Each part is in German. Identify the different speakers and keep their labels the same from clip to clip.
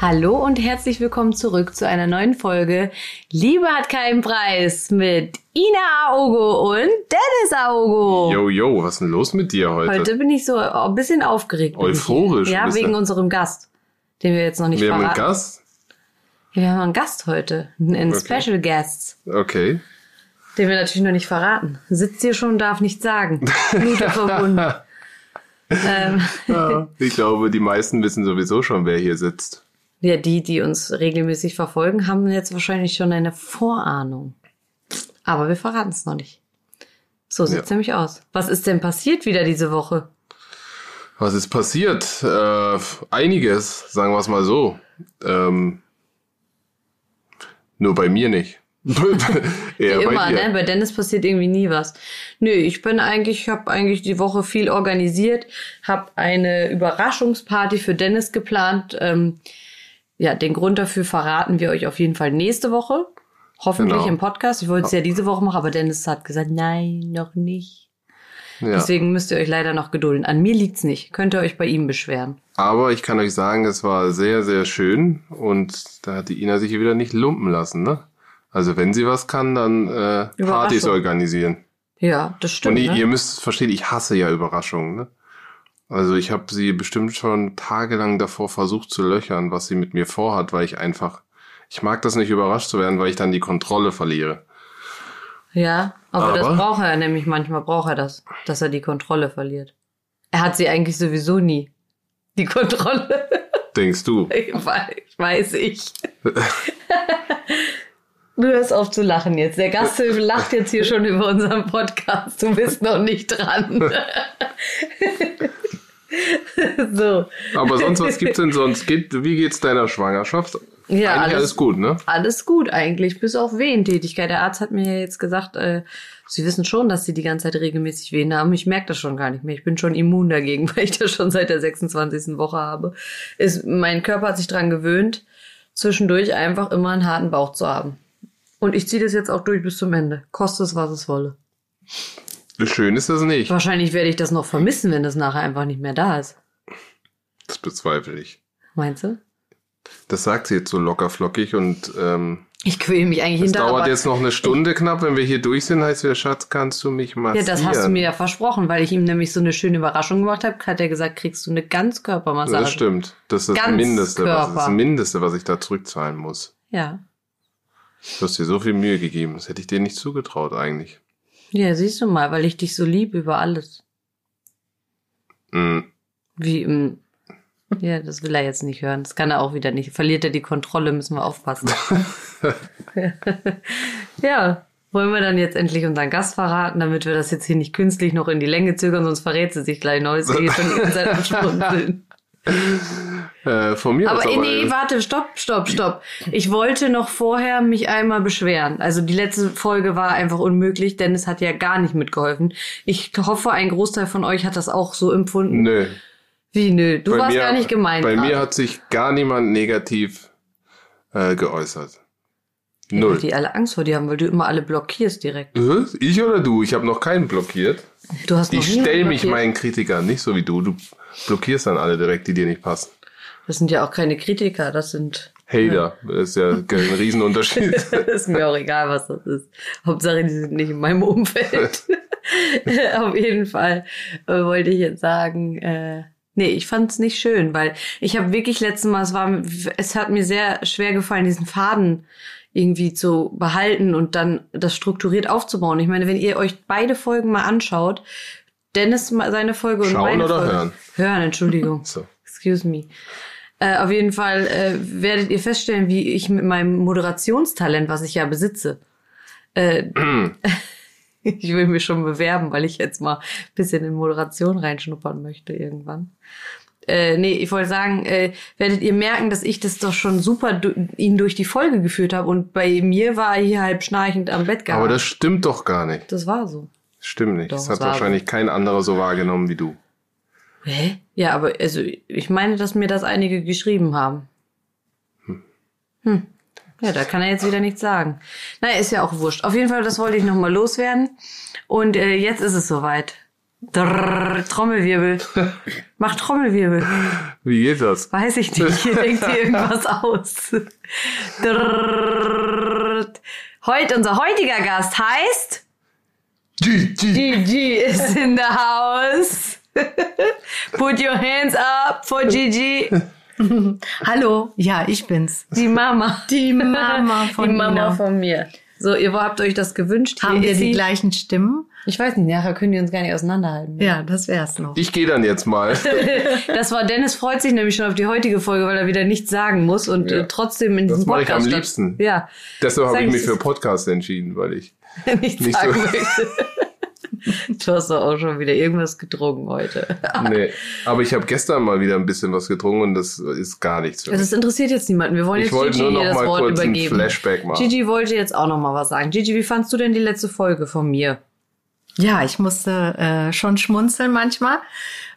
Speaker 1: Hallo und herzlich willkommen zurück zu einer neuen Folge Liebe hat keinen Preis mit Ina Aogo und Dennis Aogo.
Speaker 2: Yo, yo, was ist denn los mit dir heute?
Speaker 1: Oh. Heute bin ich so ein bisschen aufgeregt. bin ich.
Speaker 2: Euphorisch ein
Speaker 1: Ja,
Speaker 2: bisschen.
Speaker 1: wegen unserem Gast, den wir jetzt noch nicht
Speaker 2: Wir haben
Speaker 1: verraten.
Speaker 2: einen Gast.
Speaker 1: Ja, wir haben einen Gast heute, einen
Speaker 2: Okay.
Speaker 1: Special Guest,
Speaker 2: Okay.
Speaker 1: den wir natürlich noch nicht verraten. Sitzt hier schon, darf nichts sagen. Minute verbunden. ähm,
Speaker 2: Ja, ich glaube, die meisten wissen sowieso schon, wer hier sitzt.
Speaker 1: ja, die, die uns regelmäßig verfolgen, haben jetzt wahrscheinlich schon eine Vorahnung. Aber wir verraten es noch nicht. So sieht's
Speaker 2: Ja.
Speaker 1: nämlich aus. Was ist denn passiert wieder diese Woche?
Speaker 2: Was ist passiert? Äh, einiges, sagen wir es mal so. Ähm, nur bei mir nicht. Eher
Speaker 1: Wie immer,
Speaker 2: bei dir.
Speaker 1: ne? Bei Dennis passiert irgendwie nie was. Nö, ich bin eigentlich, ich habe eigentlich die Woche viel organisiert, habe eine Überraschungsparty für Dennis geplant. Ähm, ja, den Grund dafür verraten wir euch auf jeden Fall nächste Woche. Hoffentlich
Speaker 2: Genau.
Speaker 1: im Podcast. Ich wollte es ja diese Woche machen, aber Dennis hat gesagt, nein, noch nicht.
Speaker 2: Ja.
Speaker 1: Deswegen müsst ihr euch leider noch gedulden. An mir liegt's nicht. Könnt ihr euch bei ihm beschweren.
Speaker 2: Aber ich kann euch sagen, es war sehr, sehr schön und da hat die Ina sich hier wieder nicht lumpen lassen. Ne? Also wenn sie was kann, dann äh, Partys
Speaker 1: Überraschung.
Speaker 2: organisieren.
Speaker 1: Ja, das
Speaker 2: Und
Speaker 1: stimmt.
Speaker 2: ihr,
Speaker 1: ne?
Speaker 2: ihr müsst verstehen, ich hasse ja Überraschungen. Ne? Also ich habe sie bestimmt schon tagelang davor versucht zu löchern, was sie mit mir vorhat, weil ich einfach, ich mag das nicht überrascht zu werden, weil ich dann die Kontrolle verliere.
Speaker 1: Ja, aber, das
Speaker 2: Aber-
Speaker 1: braucht er nämlich manchmal, braucht er das, dass er die Kontrolle verliert. Er hat sie eigentlich sowieso nie. Die Kontrolle,
Speaker 2: Denkst du?
Speaker 1: Ich wei- weiß ich. Du hörst auf zu lachen jetzt. Der Gast lacht jetzt hier schon über unseren Podcast. Du bist noch nicht dran. so,
Speaker 2: Aber sonst, was gibt's denn sonst? Geht, wie geht's deiner Schwangerschaft?
Speaker 1: Ja,
Speaker 2: Eigentlich
Speaker 1: alles-
Speaker 2: alles, gut, ne?
Speaker 1: alles gut eigentlich, bis auf Wehentätigkeit. Der Arzt hat mir ja jetzt gesagt, äh, Sie wissen schon, dass Sie die ganze Zeit regelmäßig Wehen haben. Ich merke das schon gar nicht mehr. Ich bin schon immun dagegen, weil ich das schon seit der 26. Woche habe. Ist, mein Körper hat sich dran gewöhnt, zwischendurch einfach immer einen harten Bauch zu haben. Und ich ziehe das jetzt auch durch bis zum Ende. Koste es, was es wolle.
Speaker 2: Schön ist das nicht.
Speaker 1: Wahrscheinlich werde ich das noch vermissen, wenn das nachher einfach nicht mehr da ist.
Speaker 2: Das bezweifle ich.
Speaker 1: Meinst du?
Speaker 2: Das sagt sie jetzt so locker flockig und ähm,
Speaker 1: Ich quäle mich eigentlich
Speaker 2: es
Speaker 1: hinter.
Speaker 2: dauert
Speaker 1: aber-
Speaker 2: jetzt noch eine Stunde knapp, wenn wir hier durch sind, heißt der Schatz, kannst du mich
Speaker 1: Ja,
Speaker 2: massieren?
Speaker 1: das hast du mir ja versprochen, weil ich ihm nämlich so eine schöne Überraschung gemacht habe. Hat er gesagt, kriegst du eine Ganzkörpermassage.
Speaker 2: Das stimmt. Das ist das
Speaker 1: Also Ganz
Speaker 2: Mindeste, was, das ist
Speaker 1: Körper.
Speaker 2: das Mindeste, was ich da zurückzahlen muss.
Speaker 1: Ja.
Speaker 2: Du hast dir so viel Mühe gegeben. Das hätte ich dir nicht zugetraut eigentlich.
Speaker 1: Ja, siehst du mal, weil ich dich so liebe über alles.
Speaker 2: Mm.
Speaker 1: Wie im. Ja, das will er jetzt nicht hören. Das kann er auch wieder nicht. Verliert er die Kontrolle, müssen wir aufpassen. ja. Wollen wir dann jetzt endlich unseren Gast verraten, damit wir das jetzt hier nicht künstlich noch in die Länge zögern, sonst verrät sie sich gleich neu. Sie geht schon die ganze Zeit am Schmunzeln.
Speaker 2: Äh, von mir aus
Speaker 1: Aber nee, warte, stopp, stopp, stopp. Ich wollte noch vorher mich einmal beschweren. Also die letzte Folge war einfach unmöglich. Dennis hat ja gar nicht mitgeholfen. Ich hoffe, ein Großteil von euch hat das auch so empfunden.
Speaker 2: Nö.
Speaker 1: Wie nö? Du
Speaker 2: Bei
Speaker 1: warst
Speaker 2: mir-
Speaker 1: gar nicht gemeint.
Speaker 2: Bei mir
Speaker 1: gerade.
Speaker 2: hat sich gar niemand negativ äh, geäußert. Null.
Speaker 1: Weil Oh, die alle Angst vor dir haben, weil du immer alle blockierst direkt.
Speaker 2: Hä? Ich oder du? Ich habe noch keinen blockiert.
Speaker 1: Du hast noch
Speaker 2: Ich
Speaker 1: niemanden
Speaker 2: stelle mich
Speaker 1: blockiert.
Speaker 2: meinen Kritikern, nicht so wie du. Du blockierst dann alle direkt, die dir nicht passen.
Speaker 1: Das sind ja auch keine Kritiker, das sind.
Speaker 2: Hater, das ist ja ein Riesenunterschied.
Speaker 1: ist mir auch egal, was das ist. Hauptsache, die sind nicht in meinem Umfeld. Auf jeden Fall äh, wollte ich jetzt sagen, äh, nee, ich fand es nicht schön, weil ich habe wirklich letztes Mal, es war, es hat mir sehr schwer gefallen, diesen Faden irgendwie zu behalten und dann das strukturiert aufzubauen. Ich meine, wenn ihr euch beide Folgen mal anschaut, Dennis ma- seine Folge und
Speaker 2: Schauen
Speaker 1: meine
Speaker 2: oder
Speaker 1: Folge.
Speaker 2: hören?
Speaker 1: Hören, Entschuldigung.
Speaker 2: So.
Speaker 1: Excuse me. Äh, auf jeden Fall äh, werdet ihr feststellen, wie ich mit meinem Moderationstalent, was ich ja besitze, äh, ich will mich schon bewerben, weil ich jetzt mal ein bisschen in Moderation reinschnuppern möchte irgendwann. Äh, nee, ich wollte sagen, äh, werdet ihr merken, dass ich das doch schon super du ihn durch die Folge geführt habe und bei mir war er hier halb schnarchend am Bett gehabt.
Speaker 2: Aber das stimmt doch gar nicht.
Speaker 1: das war so.
Speaker 2: Stimmt nicht.
Speaker 1: Doch,
Speaker 2: das hat
Speaker 1: es war
Speaker 2: wahrscheinlich kein anderer so wahrgenommen wie du.
Speaker 1: Hä? Ja, aber also ich meine, dass mir das einige geschrieben haben. Hm. Ja, da kann er jetzt wieder nichts sagen. Naja, ist ja auch wurscht. Auf jeden Fall, das wollte ich nochmal loswerden. Und äh, jetzt ist es soweit. Drrrr, Trommelwirbel. Mach Trommelwirbel.
Speaker 2: Wie geht das?
Speaker 1: Weiß ich nicht. Hier denkt ihr irgendwas aus. Drrrr. Heute, unser heutiger Gast heißt
Speaker 2: G, G.
Speaker 1: Gigi ist in the house. Put your hands up for Gigi.
Speaker 3: Hallo, ja, ich bin's.
Speaker 1: Die Mama.
Speaker 3: Die Mama von
Speaker 1: Die Mama
Speaker 3: Nina.
Speaker 1: von mir. So, ihr habt euch das gewünscht. Hier
Speaker 3: Haben wir
Speaker 1: ist
Speaker 3: die
Speaker 1: sie.
Speaker 3: gleichen Stimmen?
Speaker 1: Ich weiß nicht, nachher können die uns gar nicht auseinanderhalten.
Speaker 3: Ja, das wär's noch.
Speaker 2: Ich gehe dann jetzt mal.
Speaker 1: Das war Dennis freut sich nämlich schon auf die heutige Folge, weil er wieder nichts sagen muss und
Speaker 2: Ja.
Speaker 1: äh, trotzdem in
Speaker 2: Das
Speaker 1: diesem
Speaker 2: mache ich
Speaker 1: Podcast
Speaker 2: am
Speaker 1: statt-
Speaker 2: liebsten.
Speaker 1: Ja,
Speaker 2: Deshalb habe
Speaker 1: Sag
Speaker 2: ich
Speaker 1: ich
Speaker 2: mich
Speaker 1: es.
Speaker 2: für Podcast entschieden, weil ich
Speaker 1: nichts
Speaker 2: Nicht
Speaker 1: sagen
Speaker 2: so.
Speaker 1: möchte. Du hast doch auch schon wieder irgendwas getrunken heute.
Speaker 2: Nee, aber ich habe gestern mal wieder ein bisschen was getrunken und das ist gar nichts für
Speaker 1: Also
Speaker 2: mich.
Speaker 1: es interessiert jetzt niemanden. Wir wollen
Speaker 2: Ich
Speaker 1: jetzt
Speaker 2: wollte
Speaker 1: Gigi
Speaker 2: nur
Speaker 1: hier
Speaker 2: noch
Speaker 1: das
Speaker 2: mal
Speaker 1: Wort
Speaker 2: kurz ein
Speaker 1: übergeben.
Speaker 2: Flashback machen.
Speaker 1: Gigi wollte jetzt auch noch mal was sagen. Gigi, wie fandst du denn die letzte Folge von mir?
Speaker 3: Ja, ich musste äh, schon schmunzeln manchmal,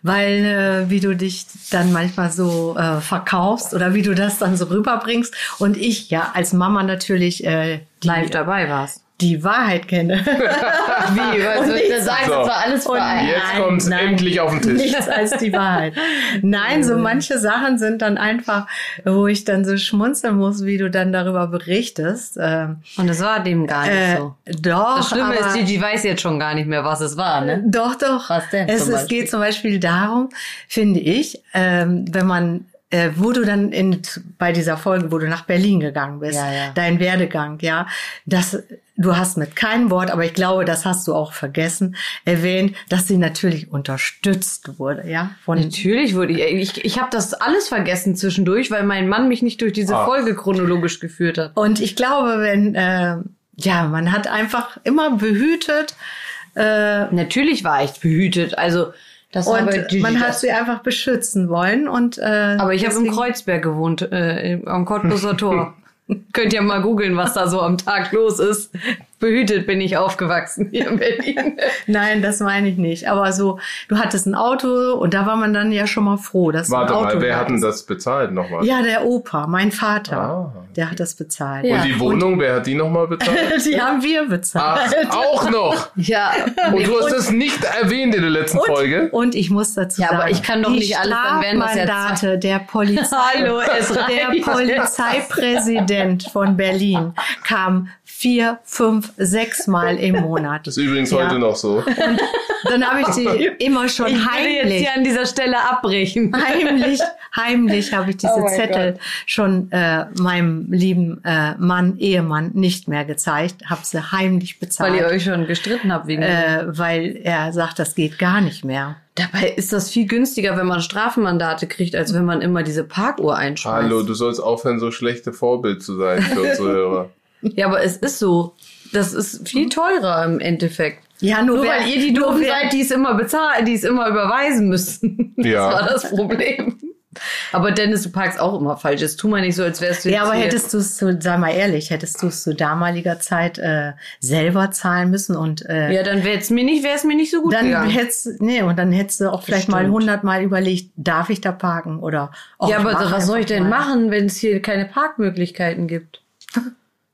Speaker 3: weil äh, wie du dich dann manchmal so äh, verkaufst oder wie du das dann so rüberbringst und ich ja als Mama natürlich äh,
Speaker 1: Live
Speaker 3: die,
Speaker 1: dabei warst.
Speaker 3: die Wahrheit kenne.
Speaker 1: Wie?
Speaker 3: Und nichts
Speaker 2: So.
Speaker 1: alles
Speaker 3: Und
Speaker 2: Jetzt
Speaker 3: Nein,
Speaker 2: kommt's
Speaker 3: nein.
Speaker 2: endlich auf den Tisch.
Speaker 3: Nichts als die Wahrheit. Nein,
Speaker 1: Äh.
Speaker 3: so manche Sachen sind dann einfach, wo ich dann so schmunzeln muss, wie du dann darüber berichtest. Ähm,
Speaker 1: Und das war dem gar nicht
Speaker 3: äh,
Speaker 1: so.
Speaker 3: Doch.
Speaker 1: Das Schlimme
Speaker 3: aber,
Speaker 1: ist, Gigi weiß jetzt schon gar nicht mehr, was es war, ne?
Speaker 3: Doch, doch.
Speaker 1: Was denn
Speaker 3: Es,
Speaker 1: zum
Speaker 3: es
Speaker 1: Beispiel?
Speaker 3: geht zum Beispiel darum, finde ich, ähm, wenn man, äh, wo du dann in, bei dieser Folge, wo du nach Berlin gegangen bist,
Speaker 1: Ja, ja.
Speaker 3: dein Werdegang, ja, das, du hast mit keinem Wort, aber ich glaube, das hast du auch vergessen, erwähnt, dass sie natürlich unterstützt wurde, ja, von
Speaker 1: Mhm. Natürlich wurde ich. Ich, ich habe das alles vergessen zwischendurch, weil mein Mann mich nicht durch diese
Speaker 2: Ah.
Speaker 1: Folge chronologisch geführt hat.
Speaker 3: Und ich glaube, wenn, äh, ja, man hat einfach immer behütet äh,
Speaker 1: Natürlich war ich behütet. Also das war bei
Speaker 3: und
Speaker 1: Gigi
Speaker 3: man hat
Speaker 1: das.
Speaker 3: sie einfach beschützen wollen. Und, äh,
Speaker 1: Aber ich habe im
Speaker 3: deswegen-
Speaker 1: Kreuzberg gewohnt, äh, im- am Cottbusser Tor. Könnt ihr mal googeln, was da so am Tag los ist. Behütet bin ich aufgewachsen hier in Berlin.
Speaker 3: Nein, das meine ich nicht. Aber so, du hattest ein Auto und da war man dann ja schon mal froh, dass
Speaker 2: Warte
Speaker 3: du ein Auto
Speaker 2: mal, wer hat denn
Speaker 3: hattest.
Speaker 2: das bezahlt nochmal?
Speaker 3: Ja, der Opa, mein Vater.
Speaker 2: Ah.
Speaker 3: Der hat das bezahlt.
Speaker 1: Ja.
Speaker 2: Und die Wohnung, wer hat die Ah, nochmal bezahlt?
Speaker 3: Die haben wir bezahlt.
Speaker 2: Ach, auch noch.
Speaker 1: Ja,
Speaker 2: Und du hast es nicht erwähnt in der letzten Folge.
Speaker 3: Und ich muss dazu
Speaker 1: Ja, aber
Speaker 3: sagen,
Speaker 1: ich kann doch
Speaker 3: die
Speaker 1: nicht alles, dann wären das ja
Speaker 3: Strafmandate der Polizei,
Speaker 1: Hallo, es
Speaker 3: der
Speaker 1: reicht.
Speaker 3: Polizeipräsident von Berlin kam vier, fünf, sechs Mal im Monat.
Speaker 2: Das ist übrigens
Speaker 3: Ja.
Speaker 2: heute noch so.
Speaker 3: Dann habe ich die immer schon
Speaker 1: ich würde jetzt
Speaker 3: heimlich
Speaker 1: hier an dieser Stelle abbrechen.
Speaker 3: heimlich, heimlich habe ich diese
Speaker 1: Oh mein
Speaker 3: Zettel schon äh, meinem lieben äh, Mann, Ehemann nicht mehr gezeigt, habe sie heimlich bezahlt,
Speaker 1: Weil ihr
Speaker 3: weil,
Speaker 1: euch schon gestritten habt wegen
Speaker 3: äh, weil er sagt, das geht gar nicht mehr.
Speaker 1: Dabei ist das viel günstiger, wenn man Strafmandate kriegt, als wenn man immer diese Parkuhr einschmeißt.
Speaker 2: Hallo, du sollst aufhören, so schlechte Vorbild zu sein für unsere Hörer.
Speaker 1: Ja, aber es ist so. Das ist viel teurer im Endeffekt.
Speaker 3: Ja, nur,
Speaker 1: Nur
Speaker 3: wer-
Speaker 1: weil ihr die
Speaker 3: nur
Speaker 1: doofen
Speaker 3: wer-
Speaker 1: seid, die es immer bezahlen, die es immer überweisen müssen. Das
Speaker 2: Ja.
Speaker 1: war das Problem. Aber Dennis, du parkst auch immer falsch. Jetzt tu mal nicht so, als wärst du jetzt
Speaker 3: Ja, aber
Speaker 1: hier-
Speaker 3: hättest du es, sei mal ehrlich, hättest du es zu damaliger Zeit äh, selber zahlen müssen und äh,
Speaker 1: Ja, dann wäre es mir nicht, wäre es mir nicht so gut
Speaker 3: dann
Speaker 1: gegangen.
Speaker 3: hättest, nee, und dann hättest du auch vielleicht mal
Speaker 1: Bestimmt.
Speaker 3: hundertmal überlegt, darf ich da parken oder. oh,
Speaker 1: ja, aber
Speaker 3: mach
Speaker 1: was soll ich
Speaker 3: einfach
Speaker 1: denn
Speaker 3: mal.
Speaker 1: machen, wenn es hier keine Parkmöglichkeiten gibt?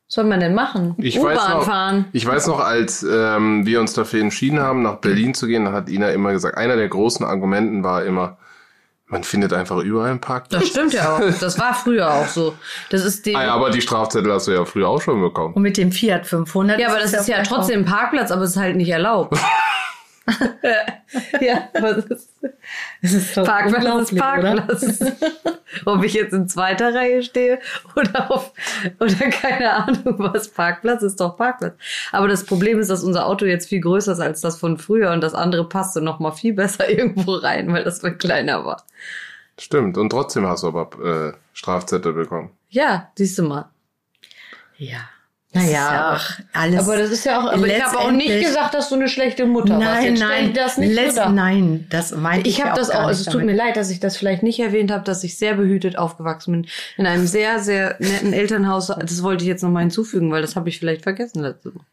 Speaker 1: Was soll man denn machen?
Speaker 2: Ich
Speaker 1: U-Bahn
Speaker 2: weiß, noch,
Speaker 1: fahren.
Speaker 2: ich weiß noch, als ähm, wir uns dafür entschieden haben, nach Berlin zu gehen, hat Ina immer gesagt, einer der großen Argumenten war immer, man findet einfach überall einen Parkplatz.
Speaker 1: Das stimmt ja auch. Das war früher auch so. Das ist dem.
Speaker 2: Ah ja, aber die Strafzettel hast du ja früher auch schon bekommen.
Speaker 3: Und mit dem Fiat 500.
Speaker 1: Ja, aber das
Speaker 3: es
Speaker 1: ist ja
Speaker 3: vielleicht auch-
Speaker 1: trotzdem ein Parkplatz, aber es ist halt nicht erlaubt. ja, aber es ist
Speaker 3: Es ist doch
Speaker 1: Parkplatz ist
Speaker 3: unglaublich, oder?
Speaker 1: Parkplatz. Ob ich jetzt in zweiter Reihe stehe oder auf, oder keine Ahnung was, Parkplatz ist doch Parkplatz. Aber das Problem ist, dass unser Auto jetzt viel größer ist als das von früher und das andere passte noch mal viel besser irgendwo rein, weil das viel kleiner war.
Speaker 2: Stimmt. Und trotzdem hast du aber äh, Strafzettel bekommen.
Speaker 1: Ja, siehst du mal.
Speaker 3: Ja.
Speaker 1: Naja,
Speaker 3: Naja,
Speaker 1: aber-
Speaker 3: ach, alles.
Speaker 1: Aber das ist ja auch, aber ich habe auch nicht
Speaker 3: letztendlich-
Speaker 1: gesagt, dass du eine schlechte Mutter warst.
Speaker 3: Nein,
Speaker 1: Jetzt stell
Speaker 3: nein,
Speaker 1: dir Das nicht so
Speaker 3: letzt-
Speaker 1: dar.
Speaker 3: nein, das meinte ich.
Speaker 1: Ich habe
Speaker 3: auch
Speaker 1: das
Speaker 3: gar
Speaker 1: auch,
Speaker 3: nicht
Speaker 1: also es tut
Speaker 3: damit.
Speaker 1: mir leid, dass ich das vielleicht nicht erwähnt habe, dass ich sehr behütet aufgewachsen bin. In einem sehr, sehr netten Elternhaus. Das wollte ich jetzt nochmal hinzufügen, weil das habe ich vielleicht vergessen letzte Woche.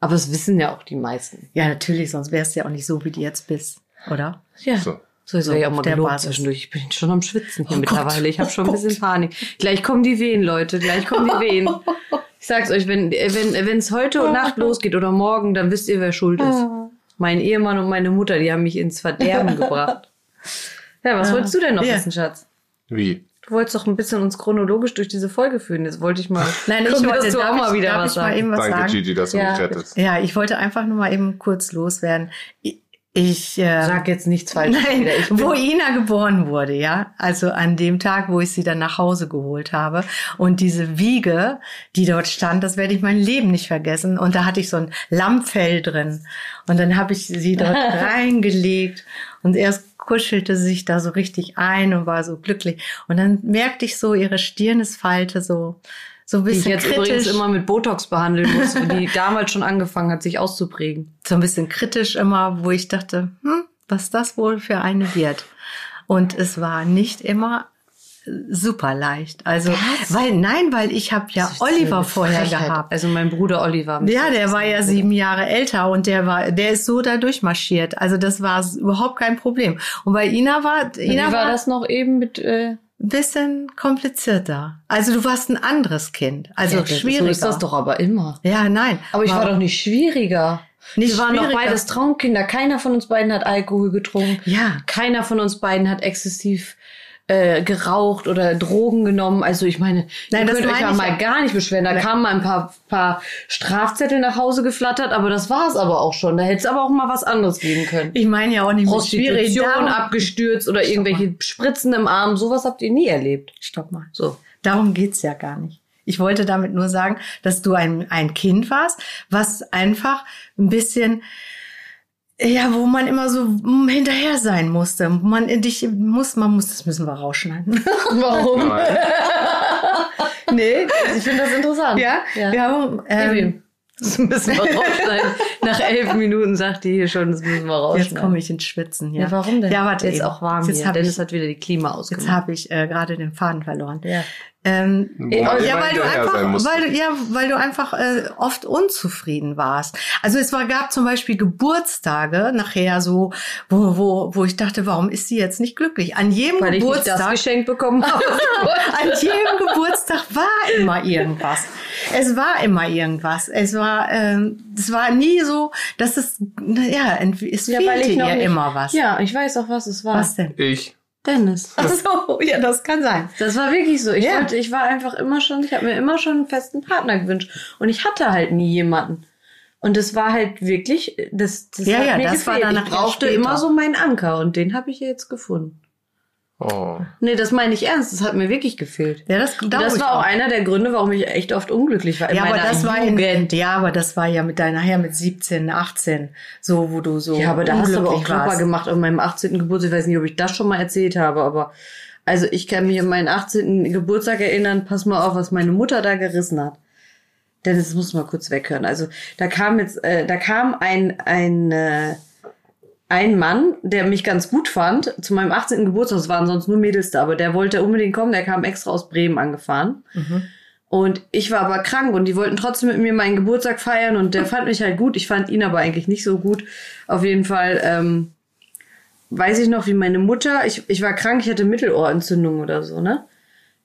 Speaker 1: Aber das wissen ja auch die meisten.
Speaker 3: Ja, natürlich, sonst wärst du ja auch nicht so, wie du jetzt bist, oder?
Speaker 1: Ja.
Speaker 2: So.
Speaker 1: Sowieso ich auch mal
Speaker 3: auf der
Speaker 1: gelobt
Speaker 3: Basis.
Speaker 1: zwischendurch. Ich bin schon am Schwitzen hier
Speaker 3: Oh Gott.
Speaker 1: mittlerweile. Ich habe schon ein
Speaker 3: Oh
Speaker 1: bisschen Panik. Gleich kommen die Wehen, Leute. Gleich kommen die Wehen. Ich sag's euch, wenn es wenn, wenn's heute und Nacht losgeht oder morgen, dann wisst ihr, wer schuld ist.
Speaker 3: Ah.
Speaker 1: Mein Ehemann und meine Mutter, die haben mich ins Verderben gebracht. Ja, was wolltest du denn noch
Speaker 3: Ja.
Speaker 1: wissen, Schatz?
Speaker 2: Wie?
Speaker 1: Du wolltest doch ein bisschen uns chronologisch durch diese Folge führen. Jetzt wollte ich mal.
Speaker 3: Nein, ich
Speaker 1: gucken,
Speaker 3: wollte
Speaker 1: dass du
Speaker 3: darf
Speaker 1: auch mal
Speaker 3: ich-
Speaker 1: wieder
Speaker 3: darf
Speaker 1: was
Speaker 3: ich mal
Speaker 1: sagst.
Speaker 3: eben was
Speaker 2: Danke,
Speaker 3: sagen.
Speaker 2: Gigi, dass du
Speaker 1: Ja,
Speaker 2: mich rettest.
Speaker 3: Ja, ich wollte einfach nur mal eben kurz loswerden. Ich, ich äh,
Speaker 1: Sag jetzt nichts Falsches.
Speaker 3: Nein,
Speaker 1: wieder. Ich bin-
Speaker 3: wo Ina geboren wurde, ja. Also an dem Tag, wo ich sie dann nach Hause geholt habe. Und diese Wiege, die dort stand, das werde ich mein Leben nicht vergessen. Und da hatte ich so ein Lammfell drin. Und dann habe ich sie dort reingelegt. Und erst kuschelte sie sich da so richtig ein und war so glücklich. Und dann merkte ich so, ihre Stirn ist falte, so, so ein
Speaker 1: die ich
Speaker 3: bisschen
Speaker 1: jetzt
Speaker 3: kritisch.
Speaker 1: übrigens immer mit Botox behandeln muss, die damals schon angefangen hat, sich auszuprägen.
Speaker 3: so ein bisschen kritisch immer, wo ich dachte, hm, was das wohl für eine wird. Und es war nicht immer super leicht. Also, weil nein, weil ich habe ja
Speaker 1: Das ist
Speaker 3: Oliver
Speaker 1: eine
Speaker 3: vorher
Speaker 1: Frechheit.
Speaker 3: gehabt.
Speaker 1: Also mein Bruder Oliver.
Speaker 3: Ja, der war ja sieben Jahre älter und der war, der ist so da durchmarschiert. Also das war s- überhaupt kein Problem. Und bei Ina war,
Speaker 1: Wie
Speaker 3: Ina
Speaker 1: war das noch eben mit äh,
Speaker 3: ein bisschen komplizierter. Also du warst ein anderes Kind. Also
Speaker 1: ja, das-
Speaker 3: schwieriger.
Speaker 1: So ist das doch aber immer.
Speaker 3: Ja, nein.
Speaker 1: Aber ich war, doch nicht schwieriger.
Speaker 3: Nicht
Speaker 1: Wir waren doch
Speaker 3: schwieriger.
Speaker 1: beides Traumkinder. Keiner von uns beiden hat Alkohol getrunken.
Speaker 3: Ja.
Speaker 1: Keiner von uns beiden hat exzessiv äh, geraucht oder Drogen genommen. Also ich meine,
Speaker 3: Nein,
Speaker 1: ihr
Speaker 3: das
Speaker 1: könnt euch
Speaker 3: meine
Speaker 1: ja
Speaker 3: ich
Speaker 1: mal
Speaker 3: ja.
Speaker 1: gar nicht beschweren. Da
Speaker 3: Nein.
Speaker 1: kamen mal ein paar, paar Strafzettel nach Hause geflattert, aber das war's aber auch schon. Da hätte es aber auch mal was anderes geben können.
Speaker 3: Ich meine ja auch nicht mit schwierig.
Speaker 1: Prostitution
Speaker 3: Darum-
Speaker 1: abgestürzt oder irgendwelche Spritzen im Arm. Sowas habt ihr nie erlebt.
Speaker 3: Stopp mal.
Speaker 1: So.
Speaker 3: Darum geht's ja gar nicht. Ich wollte damit nur sagen, dass du ein, ein Kind warst, was einfach ein bisschen, ja, wo man immer so mm, hinterher sein musste. Man in dich muss, man muss, das müssen wir rausschneiden.
Speaker 1: Warum?
Speaker 2: Nein.
Speaker 3: nee.
Speaker 1: Ich finde das interessant.
Speaker 3: Ja,
Speaker 1: ja.
Speaker 3: wir haben, ähm,
Speaker 1: Das müssen wir rausschneiden. Nach elf Minuten sagt die hier schon, das müssen wir rausschneiden.
Speaker 3: jetzt komme ich ins Schwitzen hier.
Speaker 1: Ja, warum denn?
Speaker 3: Ja, warte.
Speaker 1: Jetzt
Speaker 3: eben.
Speaker 1: auch warm
Speaker 3: jetzt
Speaker 1: hier.
Speaker 3: hab
Speaker 1: Dennis
Speaker 3: ich,
Speaker 1: hat wieder die Klima
Speaker 3: Jetzt
Speaker 1: ausgemacht.
Speaker 3: habe ich äh, gerade den Faden verloren.
Speaker 1: Genau. Ja.
Speaker 3: Ähm,
Speaker 2: Wo man
Speaker 3: ja,
Speaker 2: immer
Speaker 3: weil du
Speaker 2: hinterher
Speaker 3: einfach,
Speaker 2: sein musste.
Speaker 3: weil du, ja, weil du einfach äh, oft unzufrieden warst. Also es war, gab zum Beispiel Geburtstage nachher so, wo, wo, wo ich dachte, warum ist sie jetzt nicht glücklich? An jedem
Speaker 1: Weil ich nicht das
Speaker 3: Geburtstag,
Speaker 1: Geschenk bekommen habe.
Speaker 3: an jedem Geburtstag war immer irgendwas. Es war immer irgendwas. Es war, ähm, es war nie so, dass es, na ja, ent- es fehlte ihr immer was.
Speaker 1: Ja, ich weiß auch, was es war.
Speaker 3: Was denn?
Speaker 2: Ich.
Speaker 1: Dennis.
Speaker 3: Ach so, ja, das kann sein.
Speaker 1: Das war wirklich so. Ich,
Speaker 3: Ja.
Speaker 1: wollte, ich war einfach immer schon, ich habe mir immer schon einen festen Partner gewünscht. Und ich hatte halt nie jemanden. Und das war halt wirklich, das, das
Speaker 3: Ja,
Speaker 1: hat
Speaker 3: ja,
Speaker 1: mir
Speaker 3: das war
Speaker 1: gefehlt.
Speaker 3: danach
Speaker 1: ich
Speaker 3: erst
Speaker 1: brauchte
Speaker 3: später.
Speaker 1: immer so meinen Anker und den habe ich jetzt gefunden.
Speaker 2: Oh.
Speaker 1: Nee, das meine ich ernst. Das hat mir wirklich gefehlt.
Speaker 3: Ja, das, glaub
Speaker 1: das
Speaker 3: ich
Speaker 1: war auch
Speaker 3: auch.
Speaker 1: einer der Gründe, warum ich echt oft unglücklich war. In
Speaker 3: Ja, aber
Speaker 1: meiner
Speaker 3: das war in,
Speaker 1: Jugend.
Speaker 3: ja, aber das war ja mit deiner her mit 17, 18, so wo du so
Speaker 1: Ja, aber da hast du aber auch
Speaker 3: unglücklich
Speaker 1: Körper
Speaker 3: warst.
Speaker 1: gemacht an meinem 18. Geburtstag. Ich weiß nicht, ob ich das schon mal erzählt habe, aber also ich kann mich an meinen 18. Geburtstag erinnern. Pass mal auf, was meine Mutter da gerissen hat. Dennis, das musst du mal kurz weghören. Also da kam jetzt, äh, da kam ein, ein, äh, ein Mann, der mich ganz gut fand, zu meinem 18. Geburtstag, es waren sonst nur Mädels da, aber der wollte unbedingt kommen, der kam extra aus Bremen angefahren. Und ich war aber krank und die wollten trotzdem mit mir meinen Geburtstag feiern und der fand mich halt gut. Ich fand ihn aber eigentlich nicht so gut. Auf jeden Fall ähm, weiß ich noch, wie meine Mutter, ich, ich war krank, ich hatte Mittelohrentzündung oder so, ne?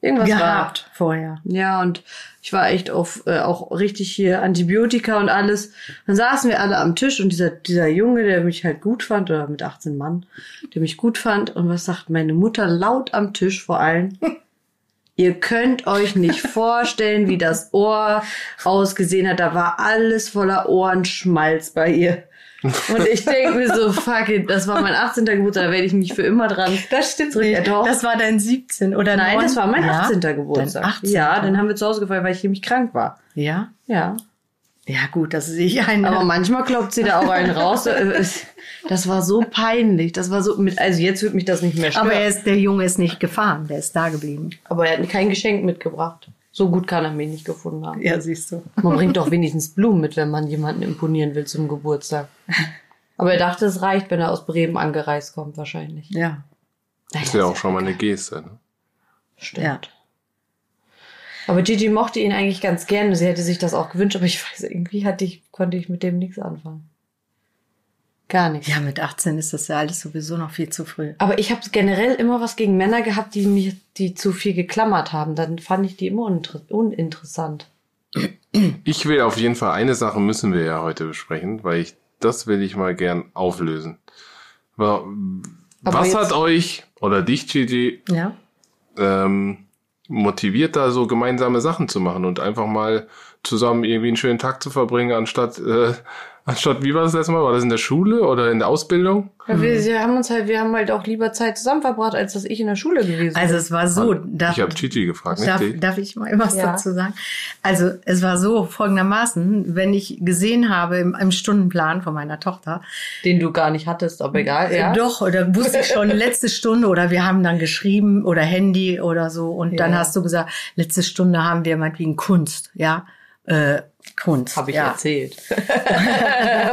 Speaker 1: Irgendwas war.
Speaker 3: gehabt vorher.
Speaker 1: Ja, und ich war echt auf, äh, auch richtig hier Antibiotika und alles. Dann saßen wir alle am Tisch und dieser, dieser Junge, der mich halt gut fand, oder mit 18 Mann, der mich gut fand, und was sagt meine Mutter laut am Tisch vor allen? Ihr könnt euch nicht vorstellen, wie das Ohr ausgesehen hat. Da war alles voller Ohrenschmalz bei ihr. Und ich denke mir so, fuck it, das war mein 18. Geburtstag, da werde ich mich für immer dran.
Speaker 3: Das stimmt
Speaker 1: Zurück-
Speaker 3: nicht.
Speaker 1: Ja, doch.
Speaker 3: Das war dein 17 oder
Speaker 1: Nein,
Speaker 3: 9?
Speaker 1: das war mein
Speaker 3: ja,
Speaker 1: 18.
Speaker 3: dein
Speaker 1: Geburtstag.
Speaker 3: 18.
Speaker 1: Ja, den haben wir zu Hause gefeiert, weil ich nämlich krank war.
Speaker 3: ja.
Speaker 1: Ja.
Speaker 3: Ja, gut, das sehe ich ein.
Speaker 1: Aber manchmal klopft sie da auch einen raus. Äh, Das war so peinlich. Das war so mit, also jetzt wird mich das nicht mehr stören.
Speaker 3: aber er ist, der Junge ist nicht gefahren, der ist da geblieben.
Speaker 1: Aber er hat kein Geschenk mitgebracht. So gut kann er mich nicht gefunden haben.
Speaker 3: Ja, siehst du.
Speaker 1: Man bringt doch wenigstens Blumen mit, wenn man jemanden imponieren will zum Geburtstag. Aber er dachte, es reicht, wenn er aus Bremen angereist kommt, wahrscheinlich.
Speaker 3: Ja.
Speaker 2: Ist ja auch schon mal eine Geste. Ne?
Speaker 1: Stimmt.
Speaker 3: Ja.
Speaker 1: Aber Gigi mochte ihn eigentlich ganz gerne. Sie hätte sich das auch gewünscht, aber ich weiß, irgendwie hatte ich, konnte ich mit dem nichts anfangen. Gar nicht.
Speaker 3: Ja, mit 18 ist das ja alles sowieso noch viel zu früh.
Speaker 1: Aber ich habe generell immer was gegen Männer gehabt, die mich, die zu viel geklammert haben. Dann fand ich die immer uninter uninteressant.
Speaker 2: Ich will auf jeden Fall eine Sache müssen wir ja heute besprechen, weil ich das will ich mal gern auflösen. Wa-
Speaker 1: Aber
Speaker 2: Was
Speaker 1: jetzt-
Speaker 2: hat euch oder dich, Gigi,
Speaker 3: Ja.
Speaker 2: ähm, motiviert, da so gemeinsame Sachen zu machen und einfach mal zusammen irgendwie einen schönen Tag zu verbringen, anstatt, äh, anstatt, wie war das letzte Mal? War das in der Schule oder in der Ausbildung?
Speaker 1: Ja,
Speaker 3: Mhm.
Speaker 1: wir, wir haben uns halt, wir haben halt auch lieber Zeit zusammen verbracht, als dass ich in der Schule gewesen
Speaker 3: Also es war so,
Speaker 2: ich habe Gigi gefragt, nicht
Speaker 3: Darf,
Speaker 2: dich.
Speaker 3: darf ich mal was
Speaker 1: Ja.
Speaker 3: dazu sagen? Also es war so folgendermaßen, wenn ich gesehen habe im, im Stundenplan von meiner Tochter, äh,
Speaker 1: den du gar nicht hattest, aber egal, ja.
Speaker 3: doch, oder wusste ich schon letzte Stunde oder wir haben dann geschrieben oder Handy oder so und dann
Speaker 1: Ja.
Speaker 3: hast du gesagt, letzte Stunde haben wir meinetwegen Kunst, ja, äh, Kunst.
Speaker 1: Habe ich
Speaker 3: ja.
Speaker 1: erzählt.